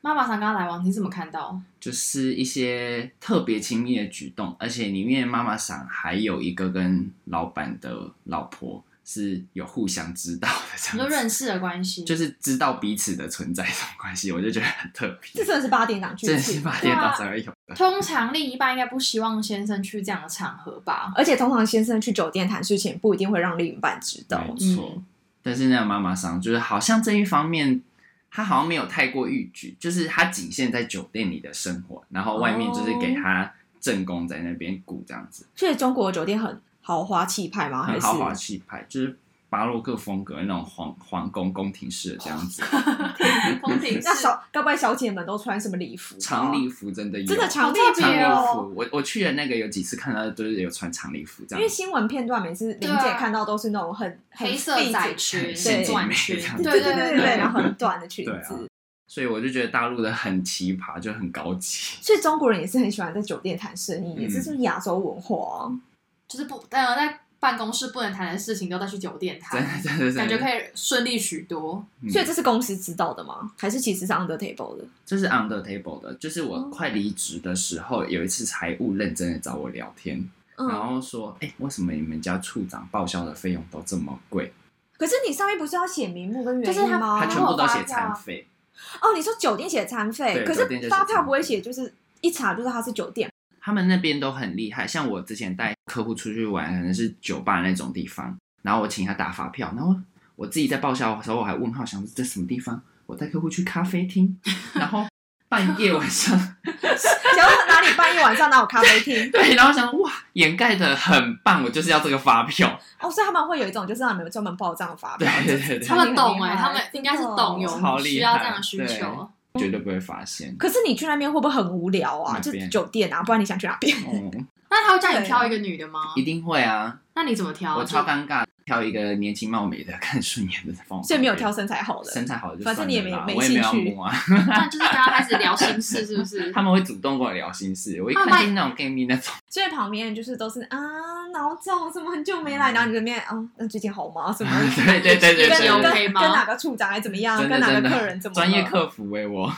Speaker 1: 妈妈桑跟他来往，你怎么看到？
Speaker 3: 就是一些特别亲密的举动，而且里面妈妈桑还有一个跟老板的老婆是有互相知道的这
Speaker 1: 你说
Speaker 3: 样子，
Speaker 1: 认识的关系，
Speaker 3: 就是知道彼此的存在这种关系，我就觉得很特别
Speaker 2: 这，真的是八点档剧
Speaker 3: 真的是
Speaker 2: 情，
Speaker 3: 八点档
Speaker 1: 对啊
Speaker 3: 才会有的。
Speaker 1: 通常另一半应该不希望先生去这样的场合吧？
Speaker 2: 而且通常先生去酒店谈事情不一定会让另一半知道。
Speaker 3: 没错。
Speaker 1: 嗯
Speaker 3: 但是那个妈妈桑就是好像这一方面，她好像没有太过逾矩，就是她仅限在酒店里的生活，然后外面就是给她正宫在那边顾这样子，
Speaker 2: 所以中国的酒店很豪华气派哦吗？还
Speaker 3: 很
Speaker 2: 是
Speaker 3: 豪华气派，就是巴洛克风格那种皇皇宫宫廷式的这样 子，
Speaker 1: 宫廷
Speaker 2: 那小，该不会小姐们都穿什么礼服？啊
Speaker 3: 长礼服真的有，
Speaker 2: 真的长礼
Speaker 1: 好特
Speaker 2: 服
Speaker 1: 别
Speaker 3: 长礼
Speaker 1: 哦
Speaker 3: 服，我我去的那个有几次看到都是有穿长礼服这
Speaker 2: 因
Speaker 3: 样
Speaker 2: 为
Speaker 3: 子，
Speaker 2: 新闻片段每次
Speaker 1: 对
Speaker 2: 玲
Speaker 1: 啊
Speaker 2: 姐看到都是那种很
Speaker 1: 黑色窄，裙、
Speaker 2: 对
Speaker 1: 短裙
Speaker 3: 对，
Speaker 2: 很 fit 对
Speaker 1: 对
Speaker 2: 对对对，然后很短的裙
Speaker 3: 对啊
Speaker 2: 子。
Speaker 3: 所以我就觉得大陆的很奇葩，就很高级。
Speaker 2: 所以中国人也是很喜欢在酒店谈生意，
Speaker 3: 嗯
Speaker 2: 这是亚洲文化啊。
Speaker 1: 就是不呃在办公室不能谈的事情都再去酒店
Speaker 3: 真的
Speaker 1: 谈，
Speaker 3: 真的真的，
Speaker 1: 感觉可以顺利许多。
Speaker 3: 嗯
Speaker 2: 所以这是公司知道的吗？还是其实是 under table 的？
Speaker 3: 这是 on the table 的，就是我快离职的时候，有一次财务认真的找我聊天，然
Speaker 2: 嗯，
Speaker 3: 后说，哎、为什么你们家处长报销的费用都这么贵？
Speaker 2: 可
Speaker 3: 可
Speaker 2: 是你上面不是要写名目跟原
Speaker 1: 就是
Speaker 2: 因吗？
Speaker 3: 他全部都写
Speaker 1: 发票啊
Speaker 3: 餐费，
Speaker 2: 哦，你说酒店写餐费，
Speaker 3: 对
Speaker 2: 可
Speaker 3: 酒店就是写餐
Speaker 2: 发
Speaker 3: 费
Speaker 2: 票不会写，就是一查就是它是酒店。
Speaker 3: 他们那边都很厉害。像我之前带客户出去玩，可能是酒吧那种地方，然后我请他打发票，然后我自己在报销的时候，我还问号，想说这什么地方？我带客户去咖啡厅，然后半夜晚上。
Speaker 2: 想要哪里半夜晚上哪有咖啡厅？
Speaker 3: 对，然后想哇，掩盖的很棒，我就是要这个发票。
Speaker 2: 哦，所以他们会有一种就是让你们专门报账的发
Speaker 3: 对
Speaker 2: 票。
Speaker 3: 对对对
Speaker 1: 他，们懂
Speaker 2: 很厉
Speaker 1: 哎、
Speaker 2: 害
Speaker 1: 他们应该是懂有
Speaker 2: 真
Speaker 3: 的哦
Speaker 1: 需要这样的需
Speaker 3: 超厉害
Speaker 1: 求。
Speaker 3: 绝对不会发现。
Speaker 2: 可是你去那边会不会很无聊啊？
Speaker 3: 哪
Speaker 2: 就
Speaker 3: 边
Speaker 2: 酒店啊，不然你想去哪边？
Speaker 3: 哦，
Speaker 1: 那他会叫你挑一个女的吗
Speaker 3: 一？定会啊！
Speaker 1: 那你怎么挑？
Speaker 3: 我超尴尬，挑一个年轻貌美的、看顺眼的放。
Speaker 2: 所以没有挑身材好的。
Speaker 3: 身材好的就
Speaker 2: 反
Speaker 3: 算了啦，
Speaker 2: 正你也没没
Speaker 3: 我也没
Speaker 2: 兴趣
Speaker 3: 有摸啊。
Speaker 1: 那就是刚刚开始聊心事，是不 是？
Speaker 3: 他们会主动跟我聊心事，我一
Speaker 1: 他
Speaker 3: 看
Speaker 1: 们
Speaker 3: 就是那种 gay 蜜那种，？
Speaker 2: 所以旁边就是都是啊，老总怎么很久没来？然后你这边啊，那最近好吗？什么
Speaker 3: 对对嗯对对
Speaker 1: 觉得
Speaker 2: 跟
Speaker 3: 对
Speaker 2: 跟
Speaker 3: 对，
Speaker 1: OK 吗
Speaker 2: 跟哪个处长还怎么样？
Speaker 3: 真
Speaker 2: 跟
Speaker 3: 的
Speaker 2: 哪
Speaker 3: 真
Speaker 2: 个客人怎
Speaker 3: 的
Speaker 2: 么了
Speaker 3: 专业？客服哎，我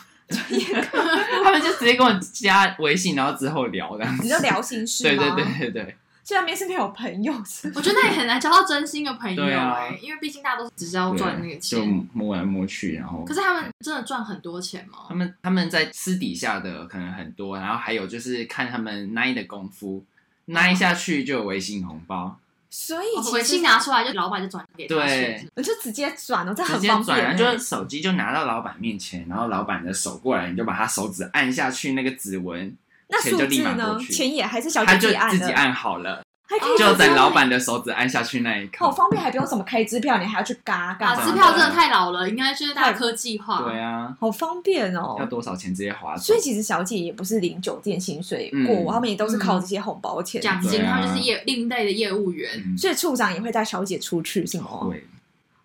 Speaker 3: 他们就直接跟我加微信，然后之后聊的。
Speaker 2: 你就聊心事
Speaker 3: 对
Speaker 2: 吗？
Speaker 3: 对对对对，
Speaker 2: 所以那边是没有朋友是吗
Speaker 1: 我觉得也很难交到真心的朋友
Speaker 3: 对啊
Speaker 1: 哎、因为毕竟大家都只是要赚那
Speaker 3: 对
Speaker 1: 个
Speaker 3: 就
Speaker 1: 钱。
Speaker 3: 摸来摸去，然后
Speaker 1: 可是他们真的赚很多钱吗
Speaker 3: 他？们他们在私底下的可能很多，然后还有就是看他们拉的功夫，拉
Speaker 2: 哦
Speaker 3: 一下去就有微信红包，
Speaker 2: 所以
Speaker 3: 哦
Speaker 1: 我
Speaker 2: 其
Speaker 1: 回
Speaker 2: 实
Speaker 1: 信拿出来就老板就转给他，
Speaker 3: 对
Speaker 1: 是不是
Speaker 2: 你就直接转了，这
Speaker 3: 直
Speaker 2: 很
Speaker 3: 接
Speaker 2: 方
Speaker 3: 转，然
Speaker 2: 便欸。
Speaker 3: 后就是手机就拿到老板面前，然后老板的手过来，你就把他手指按下去那个指纹，
Speaker 2: 那
Speaker 3: 钱
Speaker 2: 数
Speaker 3: 就立
Speaker 2: 字
Speaker 3: 马过
Speaker 2: 呢？
Speaker 3: 去，
Speaker 2: 钱也还是小姐
Speaker 3: 他就
Speaker 2: 自己按
Speaker 3: 自己
Speaker 2: 的，
Speaker 3: 按 好了，
Speaker 2: 还可以
Speaker 3: 就
Speaker 2: 这
Speaker 3: 等
Speaker 2: 样
Speaker 3: 老板的手指按下去那一
Speaker 2: 好
Speaker 3: 刻。
Speaker 2: 方便，还不用怎么开支票，你还要去嘎嘎。
Speaker 1: 啊，支票真的太老了，应该就是大科技化。
Speaker 3: 对啊，
Speaker 2: 好方便
Speaker 3: 要
Speaker 2: 哦。
Speaker 3: 多少钱直接划走
Speaker 2: 所以。其实小姐也不是领酒店薪水
Speaker 3: 嗯
Speaker 2: 过，他们也都是靠这些红包钱。
Speaker 1: 奖金，
Speaker 3: 对啊
Speaker 1: 他们就是业另类的业务员。
Speaker 3: 嗯
Speaker 2: 所以处长也会带小姐出去，是吗？
Speaker 3: 对，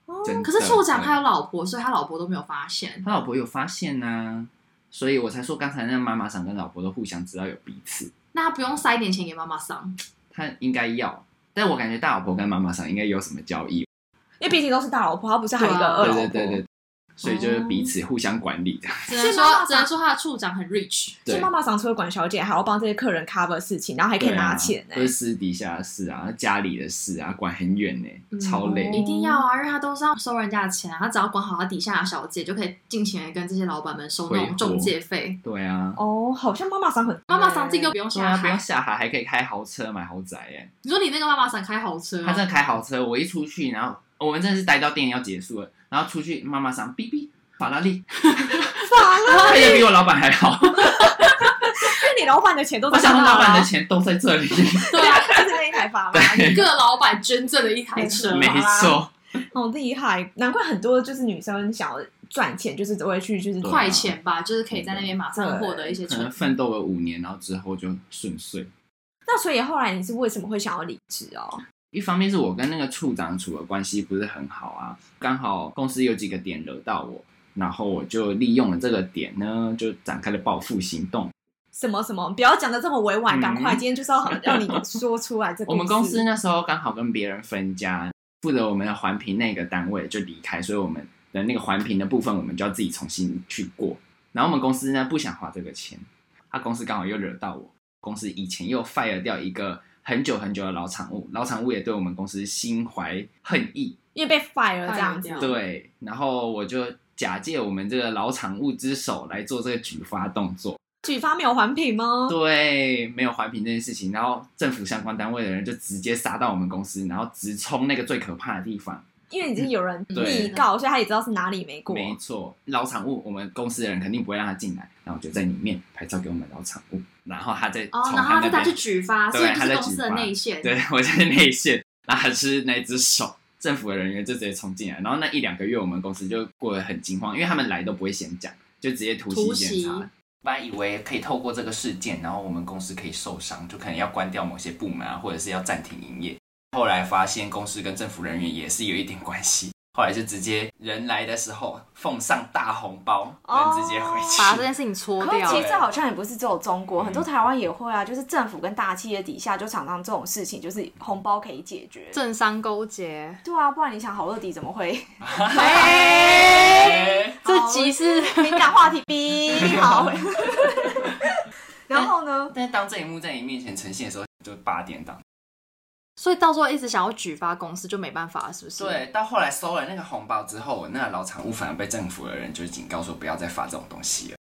Speaker 2: 哦
Speaker 3: 真的
Speaker 1: 可是处长
Speaker 3: 对
Speaker 1: 他有老婆，所以他老婆都没有发现。
Speaker 3: 他老婆有发现呢、所以我才说刚才那妈妈桑跟老婆都互相知道有彼此，
Speaker 1: 那他不用塞一点钱给妈妈 桑，
Speaker 3: 他应该要，但我感觉大老婆跟妈妈桑应该有什么交易，
Speaker 2: 因为毕竟都是大老婆，她不是还有一个
Speaker 1: 对啊
Speaker 2: 二
Speaker 3: 对
Speaker 2: 老婆。
Speaker 3: 对
Speaker 2: 哦
Speaker 3: 对对，所以就是彼此互相管理这样，
Speaker 1: 只能
Speaker 2: 所以妈
Speaker 1: 说
Speaker 2: 妈桑
Speaker 1: 只能说他的处长很 rich。
Speaker 2: 所以
Speaker 3: 对
Speaker 2: 妈。妈常除了管小姐，还要帮这些客人 cover 事情，然后还可以
Speaker 3: 对啊
Speaker 2: 拿钱欸呢
Speaker 3: 都。是私底下的事啊，家里的事啊，管很远呢、
Speaker 1: 嗯
Speaker 3: 超累。
Speaker 2: 哦
Speaker 1: 一定要啊，因为他都是要收人家的钱啊，他只要管好他底下的小姐，就可以尽情的跟这些老板们收那
Speaker 3: 挥
Speaker 1: 种
Speaker 3: 霍
Speaker 1: 中介费。
Speaker 3: 对啊，
Speaker 2: 哦，好像妈妈桑很
Speaker 1: 妈妈桑自己都不用
Speaker 3: 对
Speaker 1: 下
Speaker 3: 啊，不用
Speaker 1: 海。
Speaker 3: 下海还可以开豪车买豪宅耶、
Speaker 1: 你说你那个妈妈桑开豪车，
Speaker 2: 啊
Speaker 3: 他真的开豪车，我一出去，然后我们真的是待到电影要结束了，然后出去妈妈桑哔哔法拉利，
Speaker 2: 法拉
Speaker 3: 开的比我老板还好。
Speaker 2: 利，你老板的钱都
Speaker 3: 我
Speaker 2: 在
Speaker 3: 想
Speaker 2: 那
Speaker 3: 说老板
Speaker 2: 啦
Speaker 3: 的钱都在这里，
Speaker 1: 对 啊，
Speaker 2: 就是那一台法拉利。
Speaker 1: 各老板捐赠的一台车
Speaker 2: 对
Speaker 3: 没
Speaker 1: 嘛。
Speaker 3: 错，
Speaker 2: 好哦厉害，难怪很多就是女生想要赚钱，就是都会去就是
Speaker 3: 对啊
Speaker 1: 快钱吧，就是可以在那边马上获得一些
Speaker 3: 可
Speaker 1: 成
Speaker 3: 能奋斗了五年，然后之后就顺遂。
Speaker 2: 那所以后来你是为什么会想要离职哦？
Speaker 3: 一方面是我跟那个处长处的关系不是很好啊，刚好公司有几个点惹到我，然后我就利用了这个点呢，就展开了报复行动。
Speaker 2: 什么什么，不要讲的这么委婉，
Speaker 3: 嗯
Speaker 2: 赶快，今天就是要让你说出来这故事
Speaker 3: 我们公司那时候刚好跟别人分家，负责我们的环评那个单位就离开，所以我们的那个环评的部分我们就要自己重新去过。然后我们公司呢不想花这个钱，他公司刚好又惹到我，公司以前又 fire 掉一个很久很久的老产物，老产物也对我们公司心怀恨意。
Speaker 2: 因为被 fire 这样子
Speaker 3: 嗯
Speaker 1: fire 掉，
Speaker 3: 对，然后我就假借我们这个老产物之手来做这个举发动作。
Speaker 2: 举发没有还品吗？
Speaker 3: 对，没有环评这件事情，然后政府相关单位的人就直接杀到我们公司，然后直冲那个最可怕的地方。
Speaker 2: 因为已经有人
Speaker 3: 对
Speaker 2: 密告，所以他也知道是哪里没过。
Speaker 3: 没错，老产物，我们公司的人肯定不会让他进来，然后我就在里面拍照给我们老产物，然后他再从
Speaker 1: 哦，然后他
Speaker 3: 他那
Speaker 1: 再他
Speaker 3: 边，
Speaker 1: 去举发，
Speaker 3: 对
Speaker 1: 所以就
Speaker 3: 他
Speaker 1: 是
Speaker 3: 在
Speaker 1: 公
Speaker 3: 举
Speaker 1: 司的
Speaker 3: 发
Speaker 1: 内线。
Speaker 3: 对我在内线，然后他是那只手。政府的人员就直接冲进来，然后那一两个月我们公司就过得很惊慌，因为他们来都不会先讲，就直接突
Speaker 1: 突
Speaker 3: 袭检查
Speaker 1: 袭。
Speaker 3: 本来以为可以透过这个事件，然后我们公司可以受伤，就可能要关掉某些部门啊，或者是要暂停营业。后来发现公司跟政府人员也是有一点关系，后来就直接人来的时候奉上大红包，
Speaker 2: 哦
Speaker 3: 人直接回去。
Speaker 1: 把这 件事情搓
Speaker 2: 可是
Speaker 1: 掉
Speaker 2: 其
Speaker 1: 了。
Speaker 2: 实好像也不是只有中
Speaker 3: 嗯
Speaker 2: 国，很多台湾也会啊，就是政府跟大企业底下，就常常这种事情，就是红包可以解决。
Speaker 1: 政商勾结，
Speaker 2: 对啊，不然你想好乐迪怎么会？
Speaker 1: 哎这
Speaker 2: 好
Speaker 1: 集是
Speaker 2: 敏感话题 B 好。然后呢？
Speaker 3: 但是当这一幕在你面前呈现的时候，就八点档。
Speaker 1: 所以到时候一直想要举发公司就没办法了，是不是？，
Speaker 3: 对，到后来收了那个红包之后，我那个老厂务反而被政府的人就是警告说不要再发这种东西了。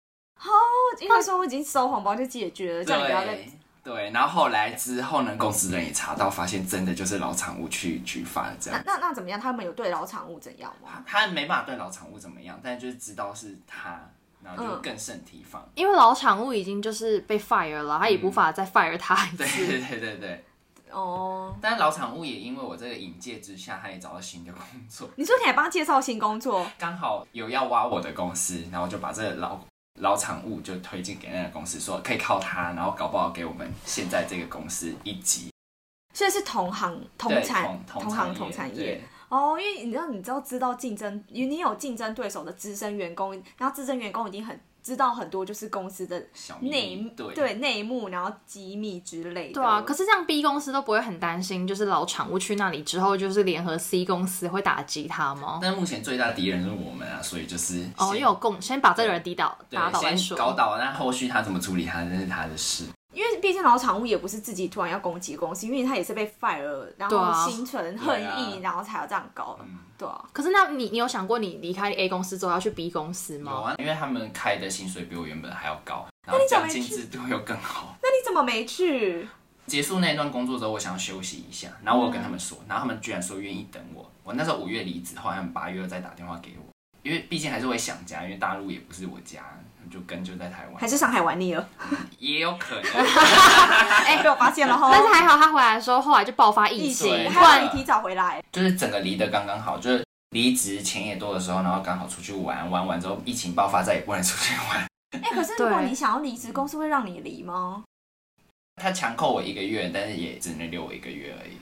Speaker 2: 因为说我已经收红包就解决了，叫你不要再
Speaker 3: 对。对，然后后来之后呢，公司人也查到，发现真的就是老厂务去举发了这
Speaker 2: 那
Speaker 3: 样。
Speaker 2: 那那怎么样？他们有对老厂务怎样吗？
Speaker 3: 他没办法对老厂务怎么样，但就是知道是他，然后就更胜提防。
Speaker 1: 因为老厂务已经就是被 fire 了，他也无法再 fire 他
Speaker 2: 嗯
Speaker 1: 一
Speaker 3: 嗯对
Speaker 1: 次。
Speaker 3: 对对对，
Speaker 2: 哦，
Speaker 3: 但是老厂务也因为我这个引介之下，他也找到新的工作，
Speaker 2: 你说你还帮他介绍新工作，
Speaker 3: 刚好有要挖我的公司，然后就把这个老老厂务就推荐给那个公司，说可以靠他，然后搞不好给我们现在这个公司一级
Speaker 2: 所以是同行同
Speaker 3: 对
Speaker 2: 产
Speaker 3: 同
Speaker 2: 行
Speaker 3: 行
Speaker 2: 同产业
Speaker 3: 对。
Speaker 2: 哦，因为你知道，你知道知道竞争，你你有竞争对手的资深员工，然后资深员工已经很知道很多就是公司的
Speaker 3: 小秘密
Speaker 2: 内
Speaker 3: 对
Speaker 2: 对内幕，然后机密之类的。
Speaker 1: 对啊，可是这样 B 公司都不会很担心，就是老厂务去那里之后，就是联合 C 公司会打击他吗？
Speaker 3: 但目前最大敌人是我们啊，所以就是
Speaker 1: 哦，
Speaker 3: 先
Speaker 1: 又有共，先把这个人抵倒
Speaker 3: 对
Speaker 1: 打倒再
Speaker 3: 先搞
Speaker 1: 说。
Speaker 3: 倒，但后续他怎么处理他，那是他的事。
Speaker 2: 因为毕竟老厂务也不是自己突然要攻击公司，因为他也是被 fire，了然
Speaker 1: 对
Speaker 2: 后
Speaker 1: 啊
Speaker 2: 心存恨
Speaker 3: 对
Speaker 2: 意，
Speaker 3: 啊嗯
Speaker 2: 然后才要这样搞。对啊，
Speaker 1: 可是那你你有想过你离开 A 公司之后要去 B 公司
Speaker 3: 有
Speaker 1: 吗？
Speaker 2: 嗯
Speaker 3: 啊，因为他们开的薪水比我原本还要高，然后奖金制度又更好。
Speaker 2: 那你怎么没去？
Speaker 3: 结束那一段工作之后，我想要休息一下，然后我有跟他们说，然后他们居然说愿意等我。我那时候五月离职，后来他们八月又再打电话给我，因为毕竟还是会想家，因为大陆也不是我家，就跟就在台湾，
Speaker 2: 还是上海玩 腻了？
Speaker 3: 也有可能。
Speaker 2: 哎，被我发现了哈。
Speaker 3: 啊
Speaker 1: 但是还好他回来的时候，后来就爆发疫
Speaker 2: 疫
Speaker 1: 情，
Speaker 2: 情，
Speaker 3: 对
Speaker 1: 不
Speaker 2: 还
Speaker 1: 然
Speaker 2: 有你提早回来，
Speaker 3: 就是整个离得刚刚好，就是离职钱也多的时候，然后刚好出去玩，玩完之后疫情爆发，再也不能出去玩。
Speaker 2: 哎，可是如果
Speaker 1: 对
Speaker 2: 你想要离职，公司会让你离吗？
Speaker 3: 他强扣我一个月，但是也只能留我一个月而已。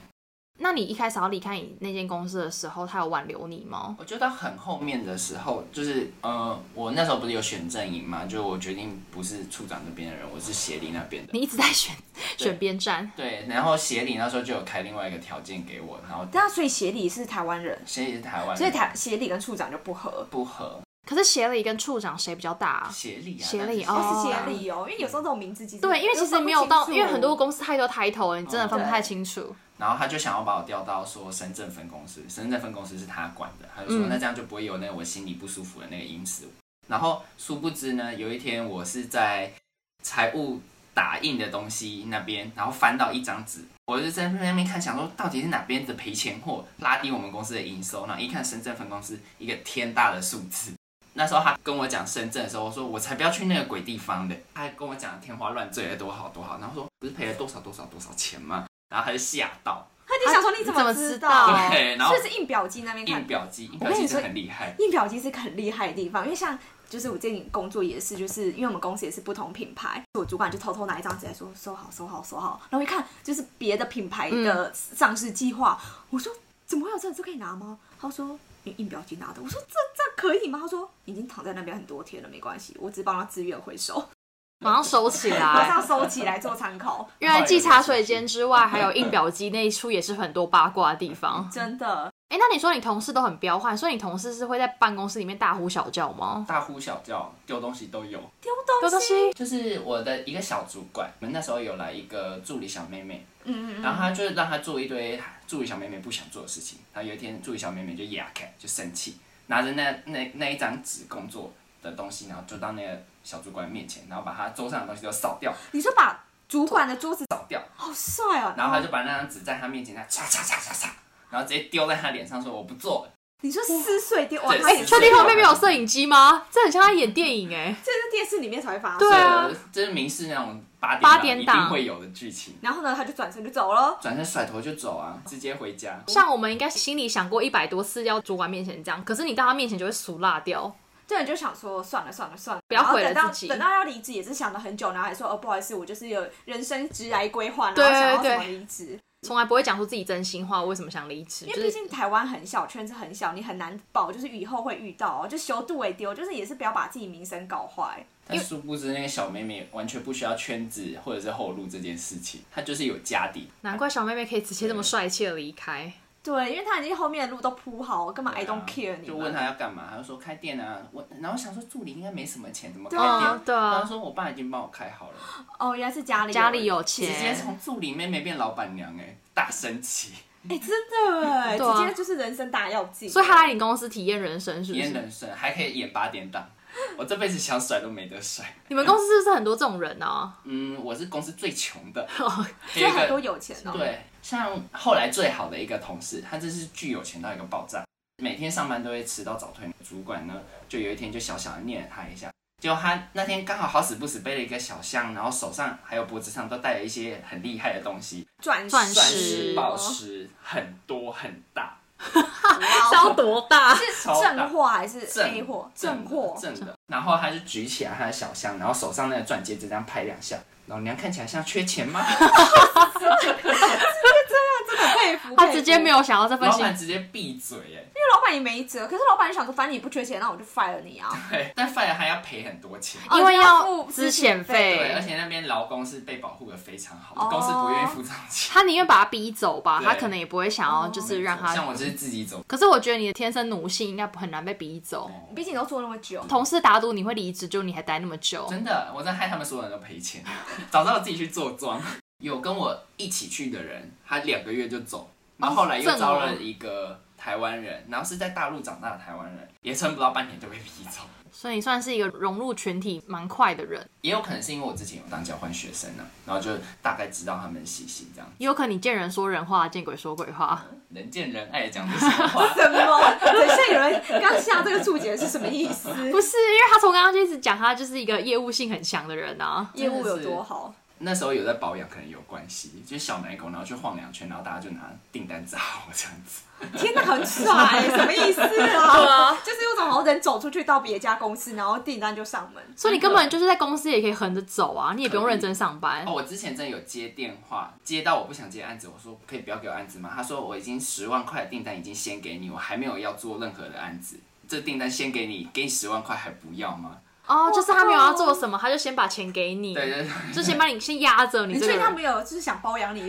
Speaker 1: 那你一开始要离开你那间公司的时候，他有挽留你吗？
Speaker 3: 我觉得很后面的时候，就是呃，我那时候不是有选阵营嘛，就我决定不是处长那边的人，我是协理那边的。
Speaker 1: 你一直在选
Speaker 3: 对
Speaker 1: 选边站，
Speaker 3: 对，然后协理那时候就有开另外一个条件给我，然后
Speaker 2: 对啊，所以协理是台湾人，
Speaker 3: 协理是台湾人，
Speaker 2: 所以台协理跟处长就不合。
Speaker 3: 不合
Speaker 1: 可是协理跟处长谁比较大、啊？
Speaker 3: 协理啊，
Speaker 1: 协理
Speaker 3: 那
Speaker 1: 哦
Speaker 2: 是协理哦，因为有时候这种名字其实
Speaker 1: 对，因为其实没有
Speaker 2: 分
Speaker 1: 到，
Speaker 2: 不
Speaker 1: 因
Speaker 2: 清楚
Speaker 1: 为很多公司太多抬头了，你真的分不
Speaker 2: 对
Speaker 1: 太清楚。
Speaker 3: 然后他就想要把我调到说深圳分公司，深圳分公司是他管的，他就说、
Speaker 1: 嗯
Speaker 3: 那这样就不会有那个我心里不舒服的那个因素。然后殊不知呢，有一天我是在财务打印的东西那边，然后翻到一张纸，我就在那边看，想说到底是哪边的赔钱货拉低我们公司的营收，然后一看深圳分公司一个天大的数字。那时候他跟我讲深圳的时候，我说我才不要去那个鬼地方的。他还跟我讲天花乱坠的多好多好，然后说不是赔了多少多少多少钱吗？然后他就吓到，
Speaker 2: 他就想说你怎么知道？
Speaker 1: 啊
Speaker 3: 对，然后
Speaker 2: 所以是印表机那边看
Speaker 3: 印表机，印
Speaker 2: 我
Speaker 3: 表
Speaker 2: 跟
Speaker 3: 机
Speaker 2: 你
Speaker 3: 真
Speaker 2: 说
Speaker 3: 的很厉害。
Speaker 2: 印表机是一个很厉害的地方，因为像就是我最近工作也是，就是因为我们公司也是不同品牌，我主管就偷偷拿一张纸来说收好收好收好，然后一看就是别的品牌
Speaker 3: 嗯
Speaker 2: 的上市计划，我说怎么会有这这可以拿吗？他说。用印表机拿的，我说这这可以吗？他说已经躺在那边很多天了，没关系，我只帮他自愿回 收，
Speaker 1: 马上收起
Speaker 3: 哎
Speaker 2: 马
Speaker 1: 来。
Speaker 2: 上收起来做参考。
Speaker 1: 原来继茶水间之外，还有印表机那一出也是很多八卦的地方。
Speaker 2: 真的，
Speaker 1: 哎，那你说你同事都很彪悍，所以你同事是会在办公室里面大呼小叫吗？
Speaker 3: 大呼小叫、丢东西都有。
Speaker 2: 丢
Speaker 1: 丢东
Speaker 2: 东
Speaker 1: 西
Speaker 2: 西，，
Speaker 3: 就是我的一个小主管，我们那时候有来一个助理小妹妹，
Speaker 2: 嗯嗯
Speaker 3: 然后她就是让她做一堆助理小妹妹不想做的事情。然后有一天，助理小妹妹就哑开，就生气，拿着那那那一张纸工作的东西，然后就到那个小主管面前，然后把她桌上的东西都扫掉，
Speaker 2: 嗯，你说把主管的桌子
Speaker 3: 扫掉，
Speaker 2: 好帅哦，
Speaker 3: 然后她就把那张纸在她面前，她擦擦擦擦擦，然后直接丢在她脸上，说我不做了。
Speaker 2: 你说撕碎掉，哇，
Speaker 3: 对
Speaker 2: 他
Speaker 1: 哎，
Speaker 2: 也
Speaker 1: 这
Speaker 3: 确
Speaker 1: 地
Speaker 3: 定
Speaker 1: 方面没有摄影机吗？这很像在演电影哎、
Speaker 2: 这是电视里面才会发生
Speaker 1: 对。啊
Speaker 3: 这这是明示那种八点
Speaker 1: 八点
Speaker 3: 一
Speaker 1: 档
Speaker 3: 定会有的剧情。
Speaker 2: 然后呢，他就转身就走了。
Speaker 3: 转身甩头就走啊，直接回家。
Speaker 1: 像我们应该心里想过一百多次要主管面前这样，可是你到他面前就会俗辣掉。
Speaker 2: 这人就想说，算了算了算了，
Speaker 1: 不要毁了
Speaker 2: 然后等
Speaker 1: 自
Speaker 2: 到
Speaker 1: 己
Speaker 2: 等到要离职，也是想了很久，然后还说哦，不好意思，我就是有人生职来规划，然
Speaker 1: 对
Speaker 2: 后想要
Speaker 1: 对
Speaker 2: 怎么离职。
Speaker 1: 从来不会讲出自己真心话，为什么想离职？
Speaker 2: 因
Speaker 1: 就
Speaker 2: 为毕
Speaker 1: 是
Speaker 2: 竟台湾很小，圈子很小，你很难保，就是以后会遇到哦，就修度为丢，就是也是不要把自己名声搞坏。
Speaker 3: 但殊不知，那个小妹妹完全不需要圈子或者是后路这件事情，她就是有家底，
Speaker 1: 难怪小妹妹可以直接这么帅气的离开。
Speaker 2: 对，因为他已经后面的路都铺好，我干
Speaker 1: 啊
Speaker 2: 嘛 I don't care 你们？
Speaker 3: 啊就问她要干嘛，她就说开店啊。我然后想说助理应该没什么钱，怎么开
Speaker 2: 对
Speaker 3: 店？
Speaker 2: 啊
Speaker 1: 对啊
Speaker 3: 然后说我爸已经帮我开好了，
Speaker 2: 哦，原来是家里
Speaker 1: 家里有
Speaker 3: 直接
Speaker 1: 钱，
Speaker 3: 从助理妹妹变老板娘、哎，大神奇，
Speaker 2: 哎、真的哎、
Speaker 1: 对啊
Speaker 2: 直接就是人生大药剂。
Speaker 1: 所以她来你公司体验人生是不
Speaker 3: 体验
Speaker 1: 是？
Speaker 3: 人生，还可以演八点档。我这辈子想甩都没得甩。
Speaker 1: 你们公司是不是很多这种人啊？
Speaker 3: 嗯，我是公司最穷 的，
Speaker 1: 哦
Speaker 2: 所以
Speaker 3: 还有一
Speaker 2: 很
Speaker 3: 个
Speaker 2: 多有钱哦、
Speaker 3: 对，像后来最好的一个同事，他真是巨有钱到一个爆炸，每天上班都会迟到早退。主管呢，就有一天就小小的念了他一下，结果他那天刚好好死不死背了一个小箱，然后手上还有脖子上都带了一些很厉害的东西，
Speaker 2: 钻
Speaker 1: 钻
Speaker 2: 石
Speaker 3: 钻
Speaker 1: 石
Speaker 3: 石、宝石很多很大，
Speaker 2: 哦
Speaker 1: 是要多大？
Speaker 2: 是
Speaker 3: 超大
Speaker 2: 正货还是
Speaker 3: 正
Speaker 2: A 货？
Speaker 3: 正
Speaker 2: 货
Speaker 3: 的，正的。然后他就举起来他的小箱，然后手上那个钻戒就这样拍两下。老娘看起来像缺钱吗？
Speaker 2: 佩服。
Speaker 1: 她直接没
Speaker 2: 有，
Speaker 1: 有想要这份
Speaker 3: 老
Speaker 1: 薪
Speaker 3: 板直接闭嘴哎、
Speaker 2: 因为老板也没辙。可是老板就想说，反正你不缺钱，那我就 fire 你啊。
Speaker 3: 对，但犯人还要赔很多钱。
Speaker 1: 哦因为要
Speaker 2: 要付
Speaker 1: 资遣
Speaker 2: 对
Speaker 3: 对，而
Speaker 1: 费，
Speaker 3: 且那边劳工是被保护的非常好
Speaker 2: 哦
Speaker 3: 的，公司不愿意付这种钱。
Speaker 1: 她宁愿把他逼走吧，
Speaker 3: 对哦
Speaker 1: 她可能也不会想要就是让
Speaker 3: 像
Speaker 1: 他。
Speaker 3: 我就是自己走，
Speaker 1: 可是我觉得你的天生奴性应该很难被逼走。
Speaker 3: 哦
Speaker 2: 毕竟你都做那么 久，，
Speaker 1: 同事打赌你会离职，就你还待那么久，
Speaker 3: 真的，我在害他们所有人都赔钱。 早知道我自己去做庄。有跟我一起去的人，他两个月就走，然后后来又招了一个台湾人，然后是在大陆长大的台湾人，也撑不到半年就被批走。
Speaker 1: 所以你算是一个融入群体蛮快的人。
Speaker 3: 也有可能是因为我之前有当交换学生呢、然后就大概知道他们的习性这样。
Speaker 1: 也有可能你见人说人话，见鬼说鬼话。
Speaker 3: 人见人爱讲这些话
Speaker 2: 什么？等一下有人刚下这个注解是什么意思？
Speaker 1: 不是，因为他从刚刚就一直讲，他就是一个业务性很强的人啊。
Speaker 2: 业务有多好？
Speaker 3: 那时候有在保养，可能有关系，就是小奶狗，然后去晃两圈，然后大家就拿订单砸我 这样子。
Speaker 2: 天哪，很帅，什么 意思啊？ 就是有种好人走出去到别家公司，然后订单就上门。
Speaker 1: 所以你根本就是在公司也可以横着走啊，你也不用
Speaker 3: 可以
Speaker 1: 认真上
Speaker 2: 哎
Speaker 1: 班
Speaker 3: 哦，。我之前真的有接电话，接到我不想接案子，我说可以不要给我案子吗？他说我已经十万块的订单已经先给你，我还没有要做任何的案子，这订单先给你，给你十万块还不要吗？
Speaker 1: 哦，就是他没有要做什么，他就先把钱给你，
Speaker 3: 对对对，
Speaker 1: 就先把你先压着你
Speaker 2: 你
Speaker 1: 这
Speaker 2: 确
Speaker 1: 个
Speaker 2: 定他
Speaker 1: 人。
Speaker 2: 没有就是想包养你？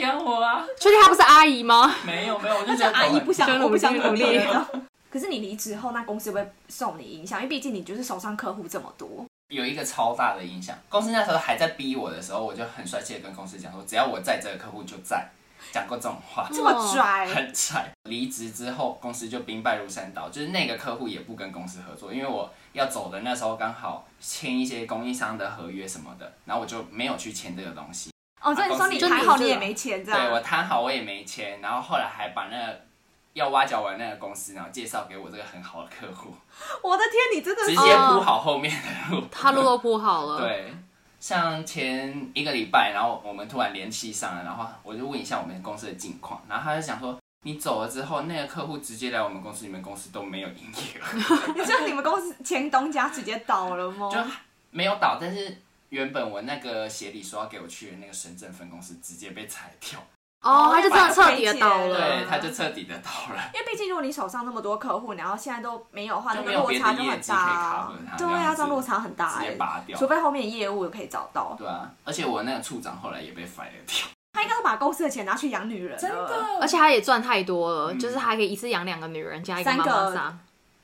Speaker 3: 养我啊，
Speaker 1: 确定他不是阿姨吗？
Speaker 3: 没有没有，我就
Speaker 2: 那
Speaker 3: 觉
Speaker 2: 就
Speaker 3: 得
Speaker 2: 阿姨不想
Speaker 1: 就，努
Speaker 2: 我不想
Speaker 1: 力
Speaker 2: 努
Speaker 1: 努力
Speaker 2: 力
Speaker 3: 啊
Speaker 2: 了。 可是你离职后，那公司会不会受你影响？因为毕竟你就是手上客户这么多，
Speaker 3: 有一个超大的影响。公司那时候还在逼我的时候，我就很帅气的跟公司讲说，只要我在，这个客户就在，讲过这种话。
Speaker 2: 这么拽，
Speaker 3: 很惨。离职之后，公司就兵败如山倒，就是那个客户也不跟公司合作，因为我要走的那时候刚好签一些供应商的合约什么的，然后我就没有去签这个东西。
Speaker 2: 哦，所以你说你
Speaker 3: 就
Speaker 1: 你
Speaker 2: 还好，
Speaker 1: 这
Speaker 2: 你也没钱这
Speaker 3: 对
Speaker 2: 样
Speaker 3: 我。谈好我也没签，然后后来还把那个要挖角完那个公司，然后介绍给我这个很好的客户，
Speaker 2: 我的天，你真的
Speaker 3: 直
Speaker 2: 是
Speaker 3: 接铺好后面的路。
Speaker 1: 他路都铺好了。
Speaker 3: 对，像前一个礼拜，然后我们突然联系上了，然后我就问一下我们公司的近况，然后他就讲说，你走了之后，那个客户直接来我们公司，你们公司都没有营业额，
Speaker 2: 你知道你们公司前东家直接倒了吗？
Speaker 3: 就 没有倒，但是。原本我那个协理说要给我去的那个深圳分公司直接被裁掉，
Speaker 1: 哦，他就这样彻底的倒
Speaker 2: 对
Speaker 1: 了
Speaker 3: 对，。他就彻底的倒 了。
Speaker 2: 因为毕竟如果你手上那么多客户，然后现在都没有的话，那
Speaker 3: 就
Speaker 2: 个
Speaker 3: 没有
Speaker 2: 落
Speaker 3: 别的
Speaker 2: 差就很大啊
Speaker 3: 业绩可以 cover 它。
Speaker 2: 对
Speaker 3: 这
Speaker 2: 啊，
Speaker 3: 样
Speaker 2: 这样
Speaker 3: 子
Speaker 2: 落差很大
Speaker 3: 直
Speaker 2: 哎、
Speaker 3: 接拔掉
Speaker 2: 除非后面业务可以找到。
Speaker 3: 对啊，而且我那个处长后来也被 fire 掉，
Speaker 2: 他应该是把公司的钱拿去养女人了，
Speaker 4: 真的，
Speaker 1: 而且他也赚太多了，
Speaker 3: 嗯
Speaker 1: 就是还可以一次养两个女人加一
Speaker 2: 三
Speaker 1: 妈妈
Speaker 2: 个
Speaker 1: 桑，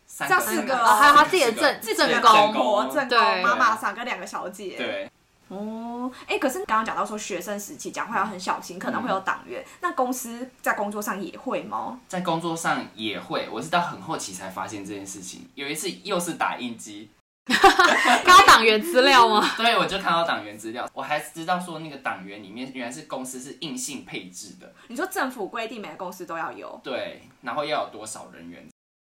Speaker 3: 三
Speaker 2: 这样四个
Speaker 1: 哦还有他自己的
Speaker 3: 四个
Speaker 1: 正
Speaker 2: 自己
Speaker 1: 正
Speaker 2: 的
Speaker 1: 宫
Speaker 2: 公婆、正宫
Speaker 1: 对
Speaker 2: 妈妈桑跟两个小姐，。
Speaker 3: 对，
Speaker 2: 哦，哎、可是刚刚讲到说学生时期讲话要很小心，可能会有
Speaker 3: 嗯
Speaker 2: 党员。那公司在工作上也会吗？
Speaker 3: 在工作上也会，我是到很后期才发现这件事情。有一次又是打印机，
Speaker 1: 看他党员资料 吗？
Speaker 3: 对我就看到党员资料，我还知道说那个党员里面原来是公司是硬性配置的，
Speaker 2: 你说政府规定每个公司都要有，
Speaker 3: 对，然后要有多少人员，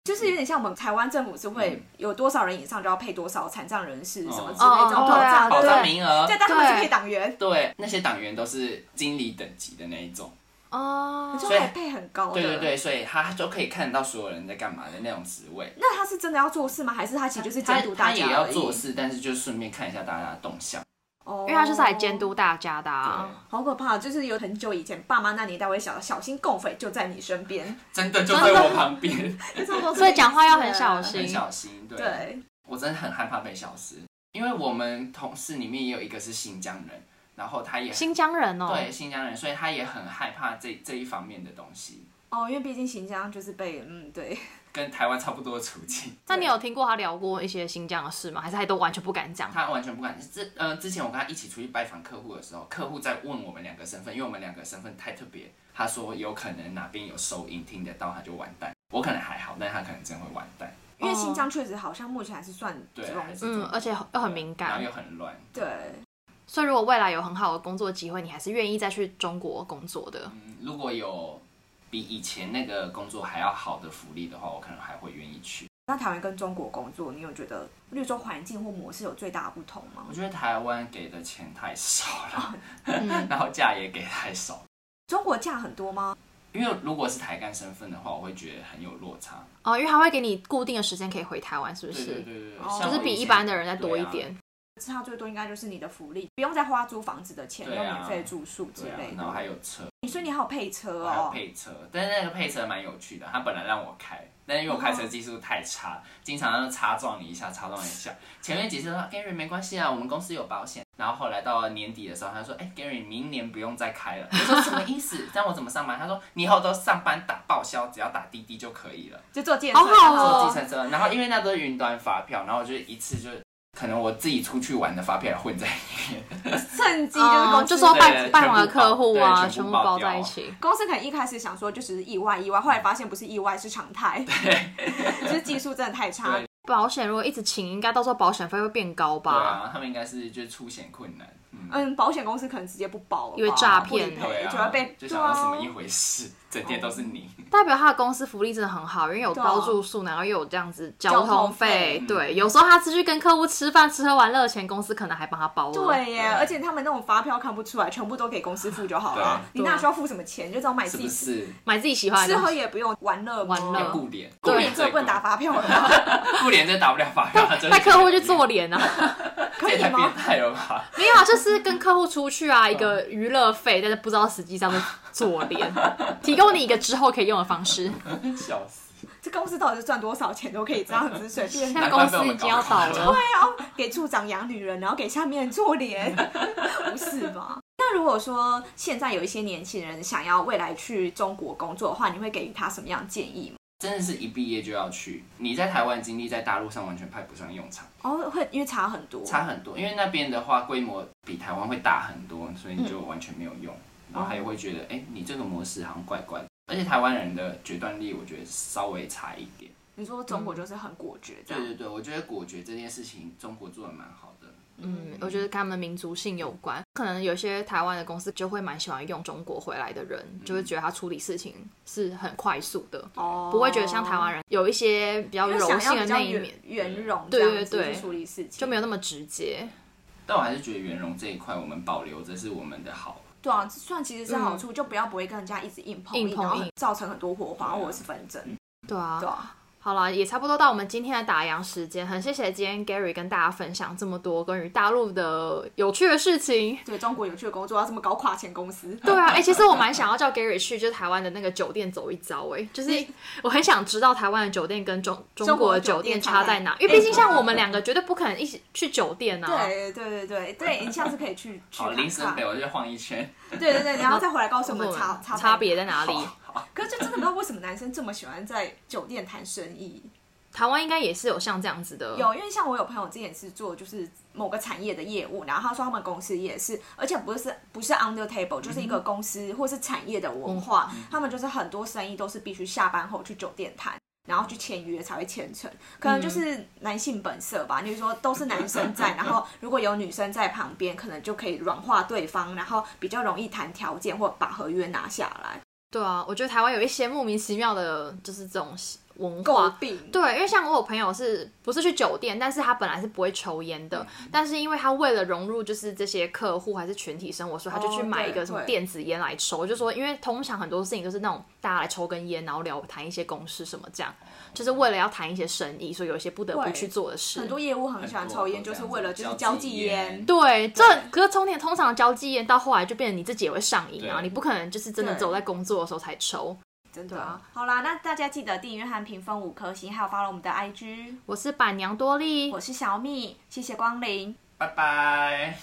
Speaker 2: 就是有点像我们台湾政府是会
Speaker 3: 嗯
Speaker 2: 有多少人以上就要配多少残障人士
Speaker 3: 哦
Speaker 2: 什么之类这种
Speaker 1: 哦
Speaker 2: 保障，
Speaker 1: 对啊
Speaker 3: 保
Speaker 2: 对
Speaker 3: 障
Speaker 2: 不对？
Speaker 3: 名额，
Speaker 2: 对，但他们是
Speaker 1: 对
Speaker 2: 配党员，
Speaker 3: 对，那些党员都是经理等级的那一种，
Speaker 1: 哦，
Speaker 2: 就
Speaker 3: 所以
Speaker 2: 还配很高的。
Speaker 3: 对对。对，所以他就可以看到所有人在干嘛的那种职位。
Speaker 2: 那他是真的要做事吗？还是他其实就是监督
Speaker 3: 他
Speaker 2: 大
Speaker 3: 他也
Speaker 2: 家
Speaker 3: 要
Speaker 2: 而已？
Speaker 3: 做事，但是就顺便看一下大家的动向。
Speaker 2: 哦，
Speaker 1: 因为他就是来监督。大家的、啊。
Speaker 2: 好可怕！就是有很久以前，爸妈那年代会想小心共匪就在你 身边，
Speaker 3: 真的就在我旁边，
Speaker 2: 就差不多这个
Speaker 1: 所以讲话要
Speaker 2: 意思
Speaker 1: 很小
Speaker 2: 了
Speaker 1: 心
Speaker 3: 很小心。对，
Speaker 2: 对，
Speaker 3: 我真的很害怕被消失，因为我们同事里面也有一个是新疆人，然后他也
Speaker 1: 新疆人哦，
Speaker 3: 对新疆人，所以他也很害怕这这一方面的东西，
Speaker 2: 哦，因为毕竟新疆就是被嗯对，
Speaker 3: 跟台湾差不多的处境。
Speaker 1: 那你有听过他聊过一些新疆的事吗？还是他都完全不敢讲？
Speaker 3: 他完全不敢。之呃，之前我跟他一起出去拜访客户的时候，客户在问我们两个身份，因为我们两个身份太特别。他说有可能哪边有收音听得到，他就完蛋。我可能还好，但他可能真会完蛋。
Speaker 2: 因为
Speaker 1: 哦
Speaker 2: 新疆确实好像目前还是算
Speaker 3: 对
Speaker 2: 这种
Speaker 3: 还是
Speaker 1: 嗯，而且又很敏
Speaker 3: 然后
Speaker 1: 感，
Speaker 3: 又很乱。
Speaker 2: 对，
Speaker 1: 所以如果未来有很好的工作机会，你还是愿意再去中国工作的。
Speaker 3: 嗯，如果有比以前那个工作还要好的福利的话，我可能还会愿意去。
Speaker 2: 那台湾跟中国工作，你有觉得，例如说环境或模式有最大的不同吗
Speaker 3: 我？觉得台湾给的钱太少 了，
Speaker 1: 嗯，
Speaker 3: 然后假也给太少。
Speaker 2: 中国假很多吗？
Speaker 3: 因为如果是台干身份的话，我会觉得很有落差。
Speaker 1: 哦，因为他会给你固定的时间可以回台湾，是不
Speaker 3: 对
Speaker 1: 是？
Speaker 3: 对对对对，
Speaker 2: 哦
Speaker 3: 像
Speaker 1: 就
Speaker 3: 我
Speaker 1: 是
Speaker 3: 以
Speaker 1: 比
Speaker 3: 前
Speaker 1: 一般的人再多一。
Speaker 3: 对啊
Speaker 1: 点。
Speaker 2: 差最多应该就是你的福利，不用再花租房子的钱，有
Speaker 3: 对啊
Speaker 2: 免费住宿之
Speaker 3: 对啊
Speaker 2: 类，
Speaker 3: 然后还
Speaker 2: 的。
Speaker 3: 有车，
Speaker 2: 你说你还有配车
Speaker 3: 还有
Speaker 2: 哦，
Speaker 3: 配车，但是那个配车蛮有趣的。他本来让我开，但是因为我开车技术太差，经常要擦撞你一下，擦撞你一下。前面几次说 Gary 没关系啊，我们公司有保险。然后后来到年底的时候，他说：“哎、g a r y 明年不用再开了。”我说：“什么意思？这样我怎么上班？”他说：“你以后都上班打报销，只要打滴滴就可以了，
Speaker 2: 就坐电
Speaker 1: 好
Speaker 2: 车。
Speaker 1: 好哦
Speaker 3: 坐计程车。”然后因为那都是云端发票，然后我就一次就可能我自己出去玩的发票也混在里面。
Speaker 2: 趁机嗯就是
Speaker 1: 哦
Speaker 2: 公，司
Speaker 1: 就说
Speaker 3: 对
Speaker 1: 拜拜
Speaker 3: 全部
Speaker 1: 访的客户啊，
Speaker 3: 对全
Speaker 1: 全
Speaker 3: 部
Speaker 1: 部
Speaker 3: 包
Speaker 1: 包
Speaker 3: 掉
Speaker 1: 在一起。
Speaker 2: 公司可能一开始想说就是意外意外，后来发现不是意外是常态， 就是技术真的太差
Speaker 3: 对。
Speaker 1: 保险如果一直请，应该到时候保险费会变高
Speaker 3: 对
Speaker 1: 吧？
Speaker 3: 啊，他们应该是就是出险困难。嗯。
Speaker 2: 嗯，保险公司可能直接不保了吧，
Speaker 1: 因为诈骗
Speaker 2: 不理赔
Speaker 3: 对啊，
Speaker 2: 就要被
Speaker 3: 就
Speaker 2: 对
Speaker 3: 想到
Speaker 2: 啊
Speaker 3: 什么一回事，整天都是你。
Speaker 1: 代表他的公司福利真的很好，因为有包住宿，然后又有这样子啊交
Speaker 2: 交通
Speaker 1: 通
Speaker 2: 费
Speaker 1: 费。
Speaker 3: 嗯
Speaker 1: 对，有时候他出去跟客户吃饭，吃喝玩乐的钱，公司可能还帮他包了。
Speaker 2: 对耶，
Speaker 3: 对
Speaker 2: 而且他们那种发票看不出来，全部都给公司付就好了。你
Speaker 1: 对
Speaker 2: 那需要付什么钱？就这样买
Speaker 3: 是
Speaker 2: 自
Speaker 3: 不
Speaker 2: 己
Speaker 3: 是？
Speaker 1: 买自己喜欢的
Speaker 2: 吃喝
Speaker 1: 东西。
Speaker 2: 也不用，玩乐吗
Speaker 1: 玩乐
Speaker 3: 要顾脸，
Speaker 2: 顾
Speaker 3: 脸
Speaker 2: 脸最
Speaker 3: 最
Speaker 2: 不能打
Speaker 3: 打，
Speaker 2: 发票了吗，
Speaker 3: 顾脸真打不了发 票， 真
Speaker 1: 带
Speaker 3: 的
Speaker 1: 客户去做脸啊？
Speaker 2: 可
Speaker 3: 这也
Speaker 2: 以
Speaker 3: 太变
Speaker 2: 吗？
Speaker 3: 态了吧？
Speaker 1: 没有啊，就是跟客户出去 啊，一个
Speaker 2: 嗯
Speaker 1: 娱乐费，但是不知道实际上是做脸， 提供你一个之后可以用的方式。
Speaker 3: 笑死！
Speaker 2: 这公司到底是赚多少钱都可以这样子随便
Speaker 1: 现在公司已经要倒
Speaker 2: 啊
Speaker 1: 了，
Speaker 2: 给处长养女人，然后给下面做 脸，不是吧？那如果说现在有一些年轻人想要未来去中国工作的话，你会给予他什么样的建议吗？
Speaker 3: 真的是一毕业就要去，你在台湾经历在大陆上完全派不上用场，
Speaker 2: 哦，会因为差很多，
Speaker 3: 差很多。因为那边的话规模比台湾会大很多，所以你就完全没有用。
Speaker 2: 嗯
Speaker 3: 然后还会觉得，哎、你这个模式好像怪怪的。而且台湾人的决断力，我觉得稍微差一点。
Speaker 2: 你说中国就是很果决这
Speaker 3: 对
Speaker 2: 样。
Speaker 3: 对对，我觉得果决这件事情，中国做的蛮好的。
Speaker 1: 嗯，我觉得跟他们民族性有关，可能有些台湾的公司就会蛮喜欢用中国回来的人，就会觉得他处理事情是很快速的，
Speaker 2: 哦，
Speaker 1: 不会觉得像台湾人有一些比较
Speaker 2: 因为
Speaker 1: 柔
Speaker 2: 想要
Speaker 1: 性的
Speaker 2: 比较
Speaker 1: 那一
Speaker 2: 圆
Speaker 1: 面，
Speaker 2: 圆融，
Speaker 1: 对对对
Speaker 2: 处理事情
Speaker 1: 就没有那么直接。
Speaker 3: 但我还是觉得圆融这一块，我们保留这是我们的好。
Speaker 2: 对啊，这算其实是好处，就不要不会跟人家一直硬碰
Speaker 1: 嗯硬碰
Speaker 2: 然后
Speaker 1: 硬
Speaker 2: 造成很多火花
Speaker 3: 对啊
Speaker 2: 或者是纷争，
Speaker 1: 对啊
Speaker 2: 对，啊，
Speaker 1: 好了，也差不多到我们今天的打烊时间。很谢谢今天 Gary 跟大家分享这么多关于大陆的有趣的事情。
Speaker 2: 对中国有趣的工作要这么搞跨钱公 司，
Speaker 1: 对啊，哎、其实我蛮想要叫 Gary 去，就是台湾的那个酒店走一遭、哎，就是我很想知道台湾的酒店跟中中
Speaker 2: 中
Speaker 1: 国
Speaker 2: 国
Speaker 1: 的
Speaker 2: 的
Speaker 1: 酒
Speaker 2: 酒
Speaker 1: 店
Speaker 2: 店
Speaker 1: 差
Speaker 2: 差
Speaker 1: 在
Speaker 2: 在
Speaker 1: 哪
Speaker 2: 哪，
Speaker 1: 因为毕竟像我们两个绝对不可能一起去酒店啊。
Speaker 2: 对对对对对，你下次可以去去
Speaker 3: 好，林
Speaker 2: 看
Speaker 3: 森
Speaker 2: 看
Speaker 3: 北，我就晃一圈。
Speaker 2: 对对对，然后再回来 告诉
Speaker 1: 我
Speaker 2: 我们
Speaker 1: 们
Speaker 2: 差
Speaker 1: 差
Speaker 2: 差差。
Speaker 1: 别在哪里？
Speaker 2: 可是就真的不知道为什么男生这么喜欢在酒店谈生意。
Speaker 1: 台湾应该也是有像这样子的，
Speaker 2: 有，因为像我有朋友之前是做就是某个产业的业务，然后他说他们公司也是，而且不是不是 under table，就是一个公司或是产业的文化，他们就是很多生意都是必须下班后去酒店谈。然后去签约才会签成，可能就是男性本色吧。你、如说都是男生 在，然后如果有女生在旁边，可能就可以软化对方，然后比较容易谈条件或把合约拿下来。
Speaker 1: 对啊，我觉得台湾有一些莫名其妙的，就是这种文
Speaker 2: 诟
Speaker 1: 化。
Speaker 2: 病，
Speaker 1: 对，因为像我有朋友是不是去酒店，但是他本来是不会抽烟的，
Speaker 2: 嗯
Speaker 1: 但是因为他为了融入就是这些客户还是群体生活，所以他就去
Speaker 2: 哦
Speaker 1: 买
Speaker 2: 对
Speaker 1: 一个什么
Speaker 2: 会
Speaker 1: 电子烟来抽。就说因为通常很多事情都是那种大家来抽根烟，然后聊谈一些公事什么这样，就是为了要谈一些生意，所以有一些不得不
Speaker 2: 对
Speaker 1: 去做的事。
Speaker 2: 很多业务很喜欢抽烟，就是为了就是交际烟。
Speaker 1: 对，这可是从你通常交际烟到后来就变成你自己也会上瘾啊，
Speaker 3: 对
Speaker 1: 你不可能就是真的只有
Speaker 2: 对
Speaker 1: 在工作的时候才抽。
Speaker 2: 真的啊，好啦，那大家记得订阅和评分五颗星，还有 follow 我们的 IG。
Speaker 1: 我是板娘多莉，
Speaker 2: 我是小蜜，谢谢光临。
Speaker 3: 拜拜。